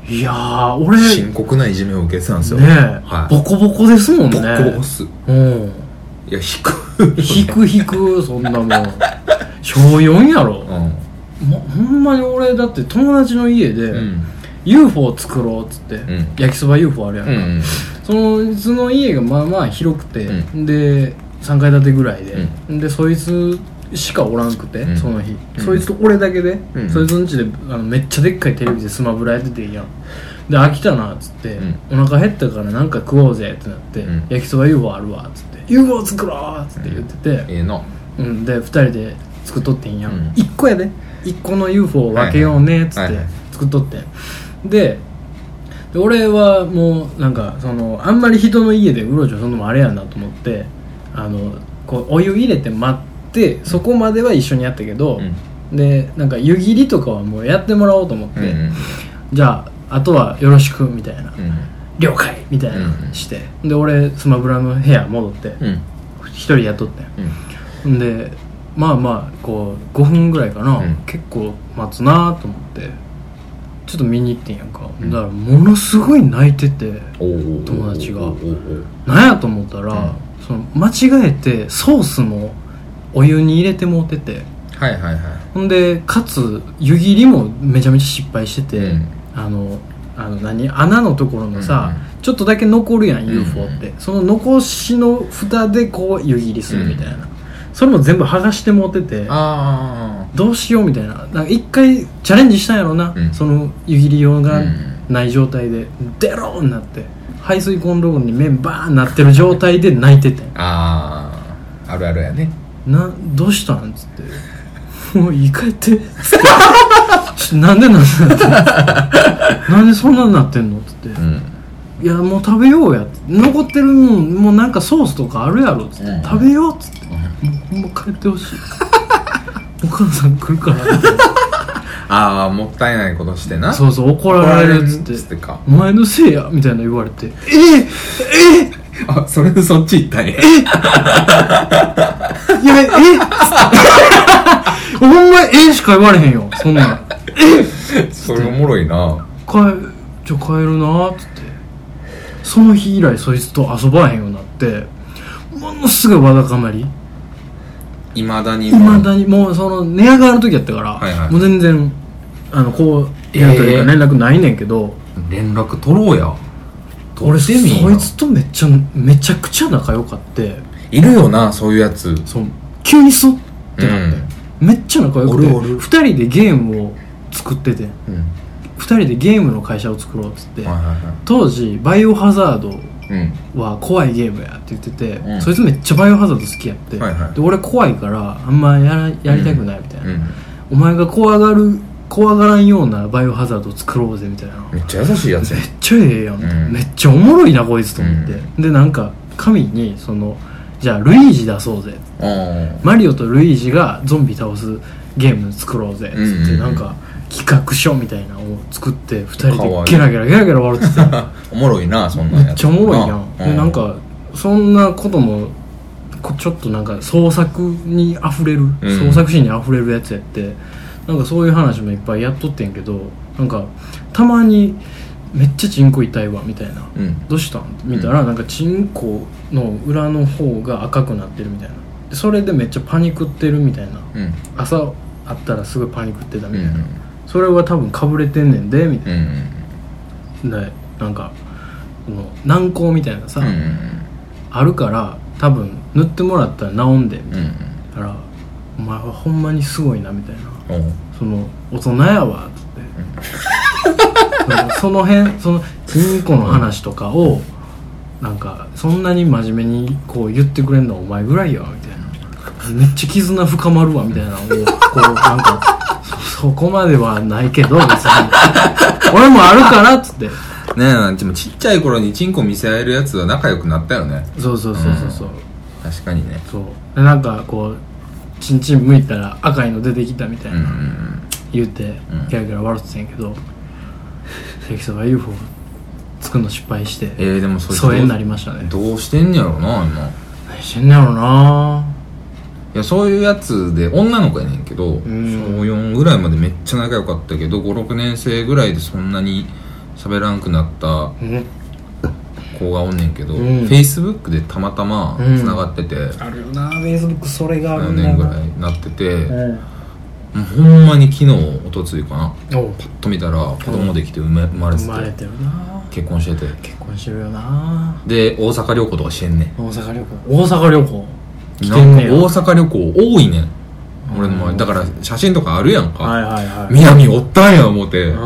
Speaker 1: いやー俺
Speaker 2: 深刻ないじめを受けてたんですよ
Speaker 1: ねえ、
Speaker 2: はい
Speaker 1: ボコボコですもんね
Speaker 2: ボッコボコっす
Speaker 1: うん
Speaker 2: いや引く
Speaker 1: 引く引くそんなもん小4やろ
Speaker 2: うん
Speaker 1: もうほんまに俺だって友達の家で、
Speaker 2: うん
Speaker 1: UFO 作ろうっつって、
Speaker 2: ん
Speaker 1: 焼きそば UFO あるやん
Speaker 2: う
Speaker 1: か、
Speaker 2: ん
Speaker 1: そのその家がまあまあ広くて、
Speaker 2: う
Speaker 1: で3階建てぐらいで、でそいつしかおらんくて、
Speaker 2: うん
Speaker 1: その日、
Speaker 2: うん
Speaker 1: そいつと俺だけで、
Speaker 2: うん
Speaker 1: そいつの家であのめっちゃでっかいテレビでスマブラやっててんやんで飽きたなっつって、お腹減ったからなんか食おうぜってなって、
Speaker 2: うん
Speaker 1: 焼きそば UFO あるわっつって UFO 作ろうっつって言ってて、
Speaker 2: ええな
Speaker 1: うん、で2人で作っとってんや、
Speaker 2: うんん、
Speaker 1: 1個やで1個の UFO を分けようねっつっ
Speaker 2: はい
Speaker 1: て
Speaker 2: はい
Speaker 1: 作っとってんでで俺はもうなんかそのあんまり人の家でうろちょろするのもあれやなと思ってあのこうお湯入れて待ってそこまでは一緒にやったけど、でなんか湯切りとかはもうやってもらおうと思って、
Speaker 2: うんうん
Speaker 1: じゃああとはよろしくみたいな、
Speaker 2: うん
Speaker 1: 了解みたいな
Speaker 2: うん
Speaker 1: して、で俺スマブラの部屋戻って
Speaker 2: うん
Speaker 1: 一人やっとってん
Speaker 2: うん
Speaker 1: でまあまあこう5分ぐらいかな、
Speaker 2: うん
Speaker 1: 結構待つなと思ってちょっと見に行ってんやんか、
Speaker 2: うん
Speaker 1: だからものすごい泣いてて
Speaker 2: おうおう
Speaker 1: 友達が
Speaker 2: おうおうおう
Speaker 1: なんやと思ったら、その間違えてソースもお湯に入れてもうてて
Speaker 2: はいはいはい
Speaker 1: ほんでかつ湯切りもめちゃめちゃ失敗してて、
Speaker 2: うん
Speaker 1: あのあの何穴のところのさ、ちょっとだけ残るやん UFO って、その残しの蓋でこう湯切りするみたいな、それも全部剥がしてもうてて
Speaker 2: あ
Speaker 1: どうしようみたいななんか一回チャレンジしたんやろな、
Speaker 2: うん
Speaker 1: その湯切り用
Speaker 2: あ
Speaker 1: がない状態でデローになって排水コンロに麺バーンなってる状態で泣いてて
Speaker 2: あーあるあるやね
Speaker 1: などうしたんっつって「もういいかえって」つって 「ちょなんでなんでなんでそんなんなってんの?」っつって
Speaker 2: うん
Speaker 1: 「いやもう食べようや」って残ってるもんもうなんかソースとかあるやろ」っつって
Speaker 2: うん
Speaker 1: 「食べよう」っつって「もう帰ってほしい」 「お母さん来るから」みたいな
Speaker 2: ああもったいないことしてな
Speaker 1: そうそう怒られるっつって
Speaker 2: つってか
Speaker 1: お前のせいやみたいな言われて
Speaker 2: あそれでそっち行ったんや
Speaker 1: 「やべえっ!」お前ええしか言われへんよそんなん
Speaker 2: それおもろいな
Speaker 1: 「帰じゃあ帰るな」っつってその日以来そいつと遊ばへんようになってものすごいわだかまり
Speaker 2: いまだに
Speaker 1: いまだにもうその寝屋川の時やったから、
Speaker 2: はいはい
Speaker 1: もう全然あのこうやというか
Speaker 2: えー
Speaker 1: 連絡ないねんけど、
Speaker 2: 連絡取ろうや
Speaker 1: 俺
Speaker 2: 取
Speaker 1: そ
Speaker 2: ってみい
Speaker 1: いつとめっちゃめちゃくちゃ仲良かって
Speaker 2: いるよなそういうやつ
Speaker 1: その急にそってなって、めっちゃ仲良くて
Speaker 2: おるおる
Speaker 1: 2人でゲームを作ってて
Speaker 2: うんは
Speaker 1: 2人でゲームの会社を作ろうっつって、
Speaker 2: いはいは
Speaker 1: 当時「バイオハザード
Speaker 2: いうん」
Speaker 1: は怖いゲームやって言ってて、
Speaker 2: うん
Speaker 1: そいつめっちゃ「バイオハザード」好きやって、
Speaker 2: はいはい
Speaker 1: で俺怖いからあんまやらやりたくないみたいな、
Speaker 2: うん
Speaker 1: お前が怖がる怖がらんような「バイオハザード」を作ろうぜみたいな
Speaker 2: めっちゃ優しいやつや
Speaker 1: めっちゃええやん、
Speaker 2: うん
Speaker 1: めっちゃおもろいなこいつと思って、
Speaker 2: う
Speaker 1: でなんか神にそのじゃあルイージ出そうぜ
Speaker 2: うん
Speaker 1: マリオとルイージがゾンビ倒すゲーム作ろうぜっつ
Speaker 2: う
Speaker 1: っ
Speaker 2: んうんう
Speaker 1: て
Speaker 2: ん
Speaker 1: なんか企画書みたいなのを作って2人
Speaker 2: かわい
Speaker 1: で
Speaker 2: い
Speaker 1: ゲラゲラゲラゲラ笑ってた
Speaker 2: おもろいなそんな
Speaker 1: め
Speaker 2: んやつ
Speaker 1: っちゃおもろいやんでなんかそんなこともこちょっとなんか創作にあふれる
Speaker 2: うん
Speaker 1: 創作心にあふれるやつやってなんかそういう話もいっぱいやっとってんけどなんかたまにめっちゃチンコ痛いわみたいな
Speaker 2: うん
Speaker 1: どうしたんって見たら、なんかチンコの裏の方が赤くなってるみたいなでそれでめっちゃパニクってるみたいな
Speaker 2: うん
Speaker 1: 朝あったらすごいパニックってた
Speaker 2: うん
Speaker 1: みたいな、それは多分かぶれてんねんでみた
Speaker 2: う
Speaker 1: い
Speaker 2: ん
Speaker 1: な、でなんかその軟膏みたいなさ、
Speaker 2: うんうん
Speaker 1: あるから多分塗ってもらったら治んでみ
Speaker 2: う
Speaker 1: たい
Speaker 2: ん
Speaker 1: な、から「お前はほんまにすごいな」みたいな
Speaker 2: おう
Speaker 1: 「その大人やわ」っつって、なんかその辺そのチンコの話とかを、なんかそんなに真面目にこう言ってくれんのはお前ぐらいやわみたいな。めっちゃ絆深まるわみたいなのをこうなんかそそこまではないけど別に俺もあるからっつって
Speaker 2: ねえでもちっちゃい頃にチンコ見せ合えるやつは仲良くなったよね
Speaker 1: そうそうそうそうそう、
Speaker 2: 確かにね
Speaker 1: そうでなんかこうチンチン剥いたら赤いの出てきたみたい
Speaker 2: うんうんう
Speaker 1: なん言って
Speaker 2: うん
Speaker 1: ギャラギャラ笑ってたんやけ ど関さんが UFO 作るの失敗して
Speaker 2: えー、でもそいつどう
Speaker 1: 疎遠になりましたね
Speaker 2: どうしてんねやろな今
Speaker 1: 何してんねやろない
Speaker 2: やそういうやつで女の子やねんけど小
Speaker 1: ん
Speaker 2: 4ぐらいまでめっちゃ仲良かったけど56年生ぐらいでそんなに喋らんくなった
Speaker 1: うん
Speaker 2: 子がおんねんけど、
Speaker 1: うん
Speaker 2: Facebook でたまたまつながってて、
Speaker 1: あるよなフェイスブックそれがあ
Speaker 2: 何
Speaker 1: るんだ
Speaker 2: 年
Speaker 1: よ
Speaker 2: ぐ
Speaker 1: な
Speaker 2: らいなってて、も
Speaker 1: うん
Speaker 2: うほんまに昨日おとついかな
Speaker 1: おう
Speaker 2: と見たら子供できて生ま生まれて
Speaker 1: 生
Speaker 2: て
Speaker 1: まれてるな
Speaker 2: 結婚してて
Speaker 1: 結婚してるよな
Speaker 2: で大阪旅行とかしてんねん
Speaker 1: 大阪旅行大阪旅行来
Speaker 2: な
Speaker 1: てん
Speaker 2: ん
Speaker 1: ね
Speaker 2: か
Speaker 1: や
Speaker 2: 大阪旅行多いねん俺の
Speaker 1: う
Speaker 2: 前
Speaker 1: ん
Speaker 2: だから写真とかあるやんか、
Speaker 1: はいはいはい
Speaker 2: 南おったんや思って、
Speaker 1: あ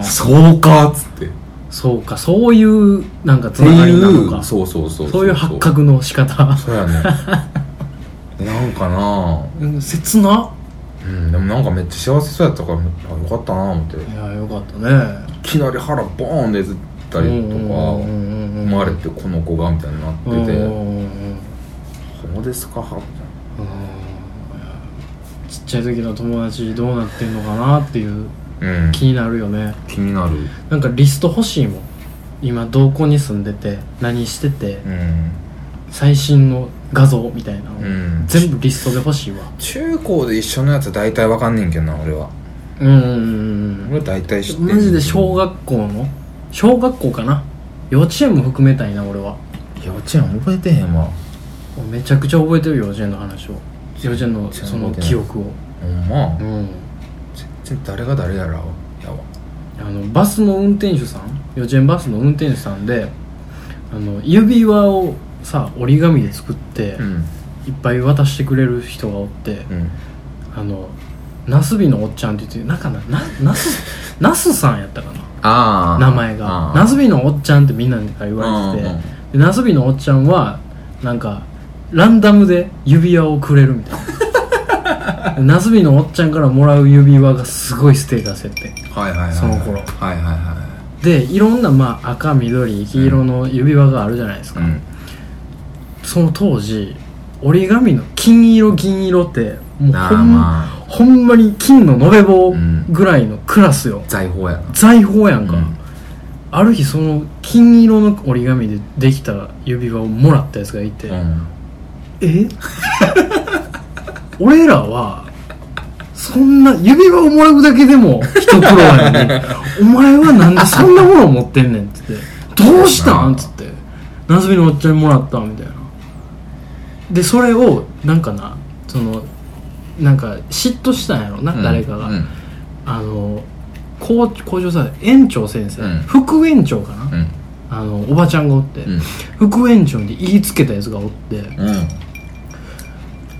Speaker 1: ー
Speaker 2: そうかっつって
Speaker 1: そうかそういうなんかつ
Speaker 2: っ
Speaker 1: な
Speaker 2: て
Speaker 1: がり
Speaker 2: い
Speaker 1: なの
Speaker 2: う
Speaker 1: か
Speaker 2: そうそうそう
Speaker 1: そういう発覚の仕方
Speaker 2: そうやね なんかな
Speaker 1: うん切な
Speaker 2: うんでもなんかめっちゃ幸せそうやったからあよかったな思って
Speaker 1: いやよかったね
Speaker 2: いきなり腹ボーンでずったりとか生
Speaker 1: 生
Speaker 2: まれてこの子がみたいになっててそうですかみ
Speaker 1: ちっちゃい時の友達どうなってんのかなっていう
Speaker 2: たいなうん
Speaker 1: 気になるよね
Speaker 2: 気になる
Speaker 1: なんかリスト欲しいもん今どこに住んでて何してて
Speaker 2: うん
Speaker 1: 最新の画像みたいなの
Speaker 2: うん
Speaker 1: 全部リストで欲しいわ
Speaker 2: 中高で一緒のやつ大体わかんねんけどな俺は
Speaker 1: うんうんうん
Speaker 2: 俺大体知ってんねん
Speaker 1: マジで小学校の小学校かな幼稚園も含めたいな俺は
Speaker 2: 幼稚園覚えてへんわ
Speaker 1: めちゃくちゃ覚えてるよ幼稚園の話を幼稚園の
Speaker 2: 全然
Speaker 1: その
Speaker 2: 覚えてない
Speaker 1: 記憶を
Speaker 2: ほんま
Speaker 1: うん
Speaker 2: 全然誰が誰やらやわ
Speaker 1: あのバスの運転手さん幼稚園バスの運転手さんであの指輪をさ折り紙で作って、
Speaker 2: うん
Speaker 1: いっぱい渡してくれる人がおって、
Speaker 2: うん
Speaker 1: あのナスビのおっちゃんって言ってなんかななナス ナスさんやったかな
Speaker 2: ああ
Speaker 1: 名前がナスビのおっちゃんってみんなから言われてて、でナスビのおっちゃんはなんかランダムで指輪をくれるみたい なでナスビのおっちゃんからもらう指輪がすごいステータスやって
Speaker 2: はいはいはいはい
Speaker 1: その頃
Speaker 2: はいはいは
Speaker 1: でいろんな、まあ、赤緑黄色の指輪があるじゃないです
Speaker 2: い
Speaker 1: か、その当時折り紙の金色銀色ってもう
Speaker 2: なあ
Speaker 1: ほん,、
Speaker 2: まあ
Speaker 1: ほんまに金の延べ棒ぐらいのクラスよ、
Speaker 2: 財宝やな
Speaker 1: 財宝やんか、
Speaker 2: うん
Speaker 1: ある日その金色の折り紙でできた指輪をもらったやつがいて、
Speaker 2: うん
Speaker 1: え 俺らはそんな指輪をもらうだけでも一苦労やのに お前はなんでそんなものを持ってんねんっつってどうしたんっつってなすびのおっちゃんにもらったみたいなでそれをなんかなそのなんか嫉妬したんやろな、誰かが、
Speaker 2: うん
Speaker 1: あの校校長さん園長先生、
Speaker 2: うん
Speaker 1: 副園長かな、
Speaker 2: うん
Speaker 1: あのおばちゃんがおって、
Speaker 2: うん
Speaker 1: 副園長に言いつけたやつがおって、
Speaker 2: うん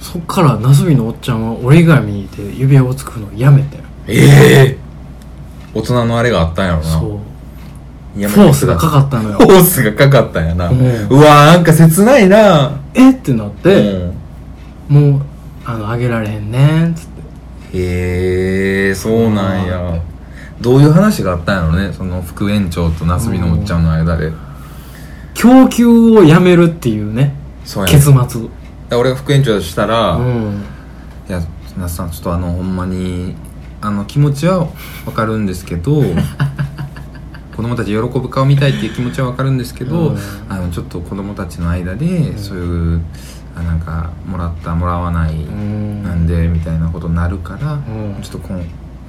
Speaker 1: そっからなすびのおっちゃんは折り紙で指輪を作るのをやめたよ
Speaker 2: ええ大人のあれがあったんやろな
Speaker 1: そう
Speaker 2: いや
Speaker 1: フォースがかかったの
Speaker 2: フ
Speaker 1: よ
Speaker 2: ォースがかかったんやな、
Speaker 1: う
Speaker 2: うんわーなんか切ないな
Speaker 1: えってなっ
Speaker 2: う
Speaker 1: て、
Speaker 2: ん
Speaker 1: もうあのあげられへんねんっつって
Speaker 2: へえそうなん
Speaker 1: う
Speaker 2: やどういう話があったんやろねその副園長となすびのおっちゃんの間で、
Speaker 1: 供給をやめるっていうね
Speaker 2: そうやね
Speaker 1: 結末
Speaker 2: 俺が副園長だとしたら、
Speaker 1: う
Speaker 2: い
Speaker 1: ん
Speaker 2: や那須さんちょっとあのほんまにあの気持ちはわかるんです けど子供たち喜ぶ顔見たいっていう気持ちはわかるんですけど、
Speaker 1: うん
Speaker 2: あのちょっと子供たちの間でそういう、あなんかもらったもらわない、
Speaker 1: うん
Speaker 2: なんでみたいなことになるから、
Speaker 1: うん
Speaker 2: ちょっと今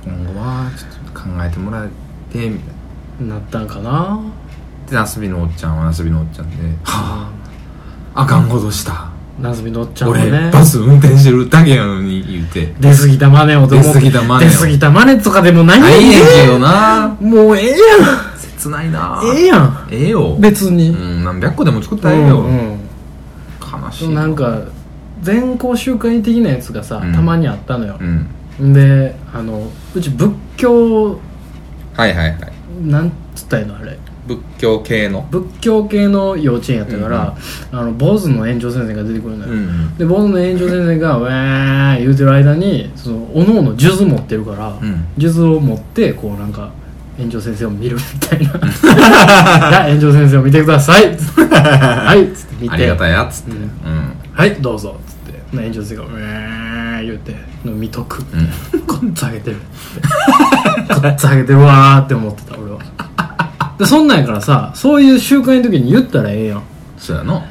Speaker 2: 今後はちょっと考えてもらってみたいな
Speaker 1: なったんかな
Speaker 2: で遊びのおっちゃんは遊びのおっちゃんで
Speaker 1: は
Speaker 2: あかんことした
Speaker 1: なずみのおっちゃんも
Speaker 2: 俺、
Speaker 1: ね
Speaker 2: バス運転してるだけやのに言うて
Speaker 1: 出過ぎたマネをと思う
Speaker 2: 出過ぎたマネを
Speaker 1: 出過ぎたマネとかでもない
Speaker 2: ないねんけどな
Speaker 1: もうええ
Speaker 2: 切ないな
Speaker 1: やんええやん
Speaker 2: ええよ
Speaker 1: 別に、
Speaker 2: うん何百個でも作ったらええよ、
Speaker 1: うん
Speaker 2: 悲し
Speaker 1: う
Speaker 2: い
Speaker 1: ん、なんか全校集会的なやつがさ、
Speaker 2: うん
Speaker 1: たまにあったのよ
Speaker 2: う、ん
Speaker 1: であのうち仏教
Speaker 2: はいはいはい
Speaker 1: なんつったらいいのあれ
Speaker 2: 仏教系の
Speaker 1: 仏教系の幼稚園やったから、あの坊主の園長先生が出てくるの
Speaker 2: う
Speaker 1: よ、
Speaker 2: ん
Speaker 1: で坊主の園長先生が「ウ ェー」言うてる間にそのおのおの数珠持ってるから、
Speaker 2: うん
Speaker 1: 数珠を持ってこうなんか園長先生を見るみたい な「 じゃあ園長先生を見てください」 はい」っつって見て
Speaker 2: ありがたいやつって
Speaker 1: う
Speaker 2: うんん
Speaker 1: はいどうぞ」っつって炎上してが「うえー」言うて見とく
Speaker 2: うん
Speaker 1: こっつあげてるこっつあげてるわーって思ってた俺はでそんなんやからさそういう集会の時に言ったらええやん
Speaker 2: そうやの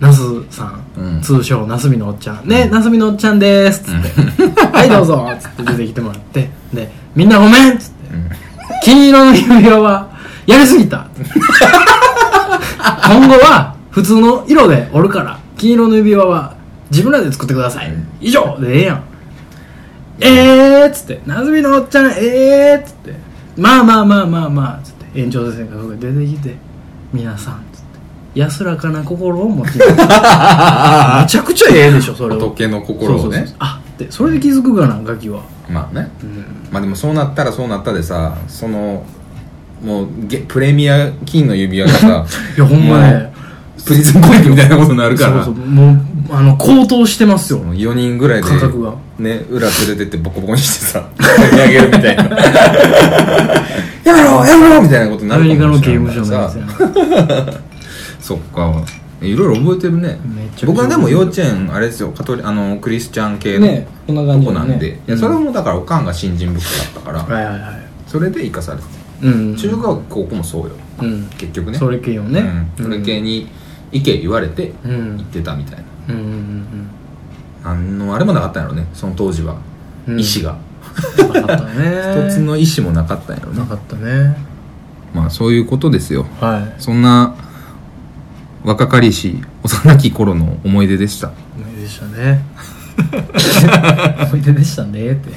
Speaker 1: ナスさん、
Speaker 2: うん
Speaker 1: 通称ナスミのおっちゃん「ねナスミのおっちゃんでーす」っつ って「はいどうぞ」っつって出てきてもらってで「みんなごめん」っつって
Speaker 2: うん
Speaker 1: 「金色の指輪はやりすぎた」今後は普通の色で折るから金色の指輪は自分らで作ってください、
Speaker 2: うん
Speaker 1: 以上でええやんえーっつって「なずみのおっちゃんえー」っつって「まあまあまあまあまあ」っつって園長先生がそこに出てきて「皆さん」っつって安らかな心を持ち ながらめちゃくちゃええでしょそれを
Speaker 2: 仏の心を
Speaker 1: そうそう
Speaker 2: ね
Speaker 1: そうあでそれで気づくかなガキは
Speaker 2: まあね
Speaker 1: うん
Speaker 2: まあでもそうなったらそうなったでさそのもうゲプレミア金の指輪がさ
Speaker 1: いやほんまね
Speaker 2: もうプリズン攻撃みたいなことになるから
Speaker 1: そうそうもうあの高騰してますよ
Speaker 2: もう4人ぐらいで
Speaker 1: 価格が
Speaker 2: ね裏連れてってボコボコにしてさやり上げるみたい なやめろやめろみたいなことにな
Speaker 1: ア
Speaker 2: る
Speaker 1: メ
Speaker 2: か
Speaker 1: リカの
Speaker 2: もし
Speaker 1: 刑
Speaker 2: れ
Speaker 1: 務
Speaker 2: ない
Speaker 1: 所
Speaker 2: か
Speaker 1: のや
Speaker 2: ら
Speaker 1: つや
Speaker 2: さ
Speaker 1: な
Speaker 2: そっかいろいろ覚えてるね
Speaker 1: めちゃくちゃ
Speaker 2: 僕はでも幼稚園あれですよカトリあのクリスチャン系の
Speaker 1: ねこんな感
Speaker 2: と
Speaker 1: じ
Speaker 2: こ
Speaker 1: だ
Speaker 2: なんで、いやそれもだからおかんが新人部下だったから、
Speaker 1: はいはいはい
Speaker 2: それで生かされて
Speaker 1: うん
Speaker 2: 中学校高校もそうよ
Speaker 1: うん
Speaker 2: 結局ね
Speaker 1: それ系をね
Speaker 2: うん、それ系に意見言われて
Speaker 1: うんうん
Speaker 2: 行ってたみたいな
Speaker 1: うんうん
Speaker 2: 何のあれもなかったんやろねその当時は、
Speaker 1: うん
Speaker 2: 意思が
Speaker 1: なかったね
Speaker 2: 一つの意思もなかったんやろね
Speaker 1: なかったね
Speaker 2: まあそういうことですよ
Speaker 1: は
Speaker 2: そんな若かりし幼き頃の思い出でし た
Speaker 1: い思い出でしたね思い出でしたねって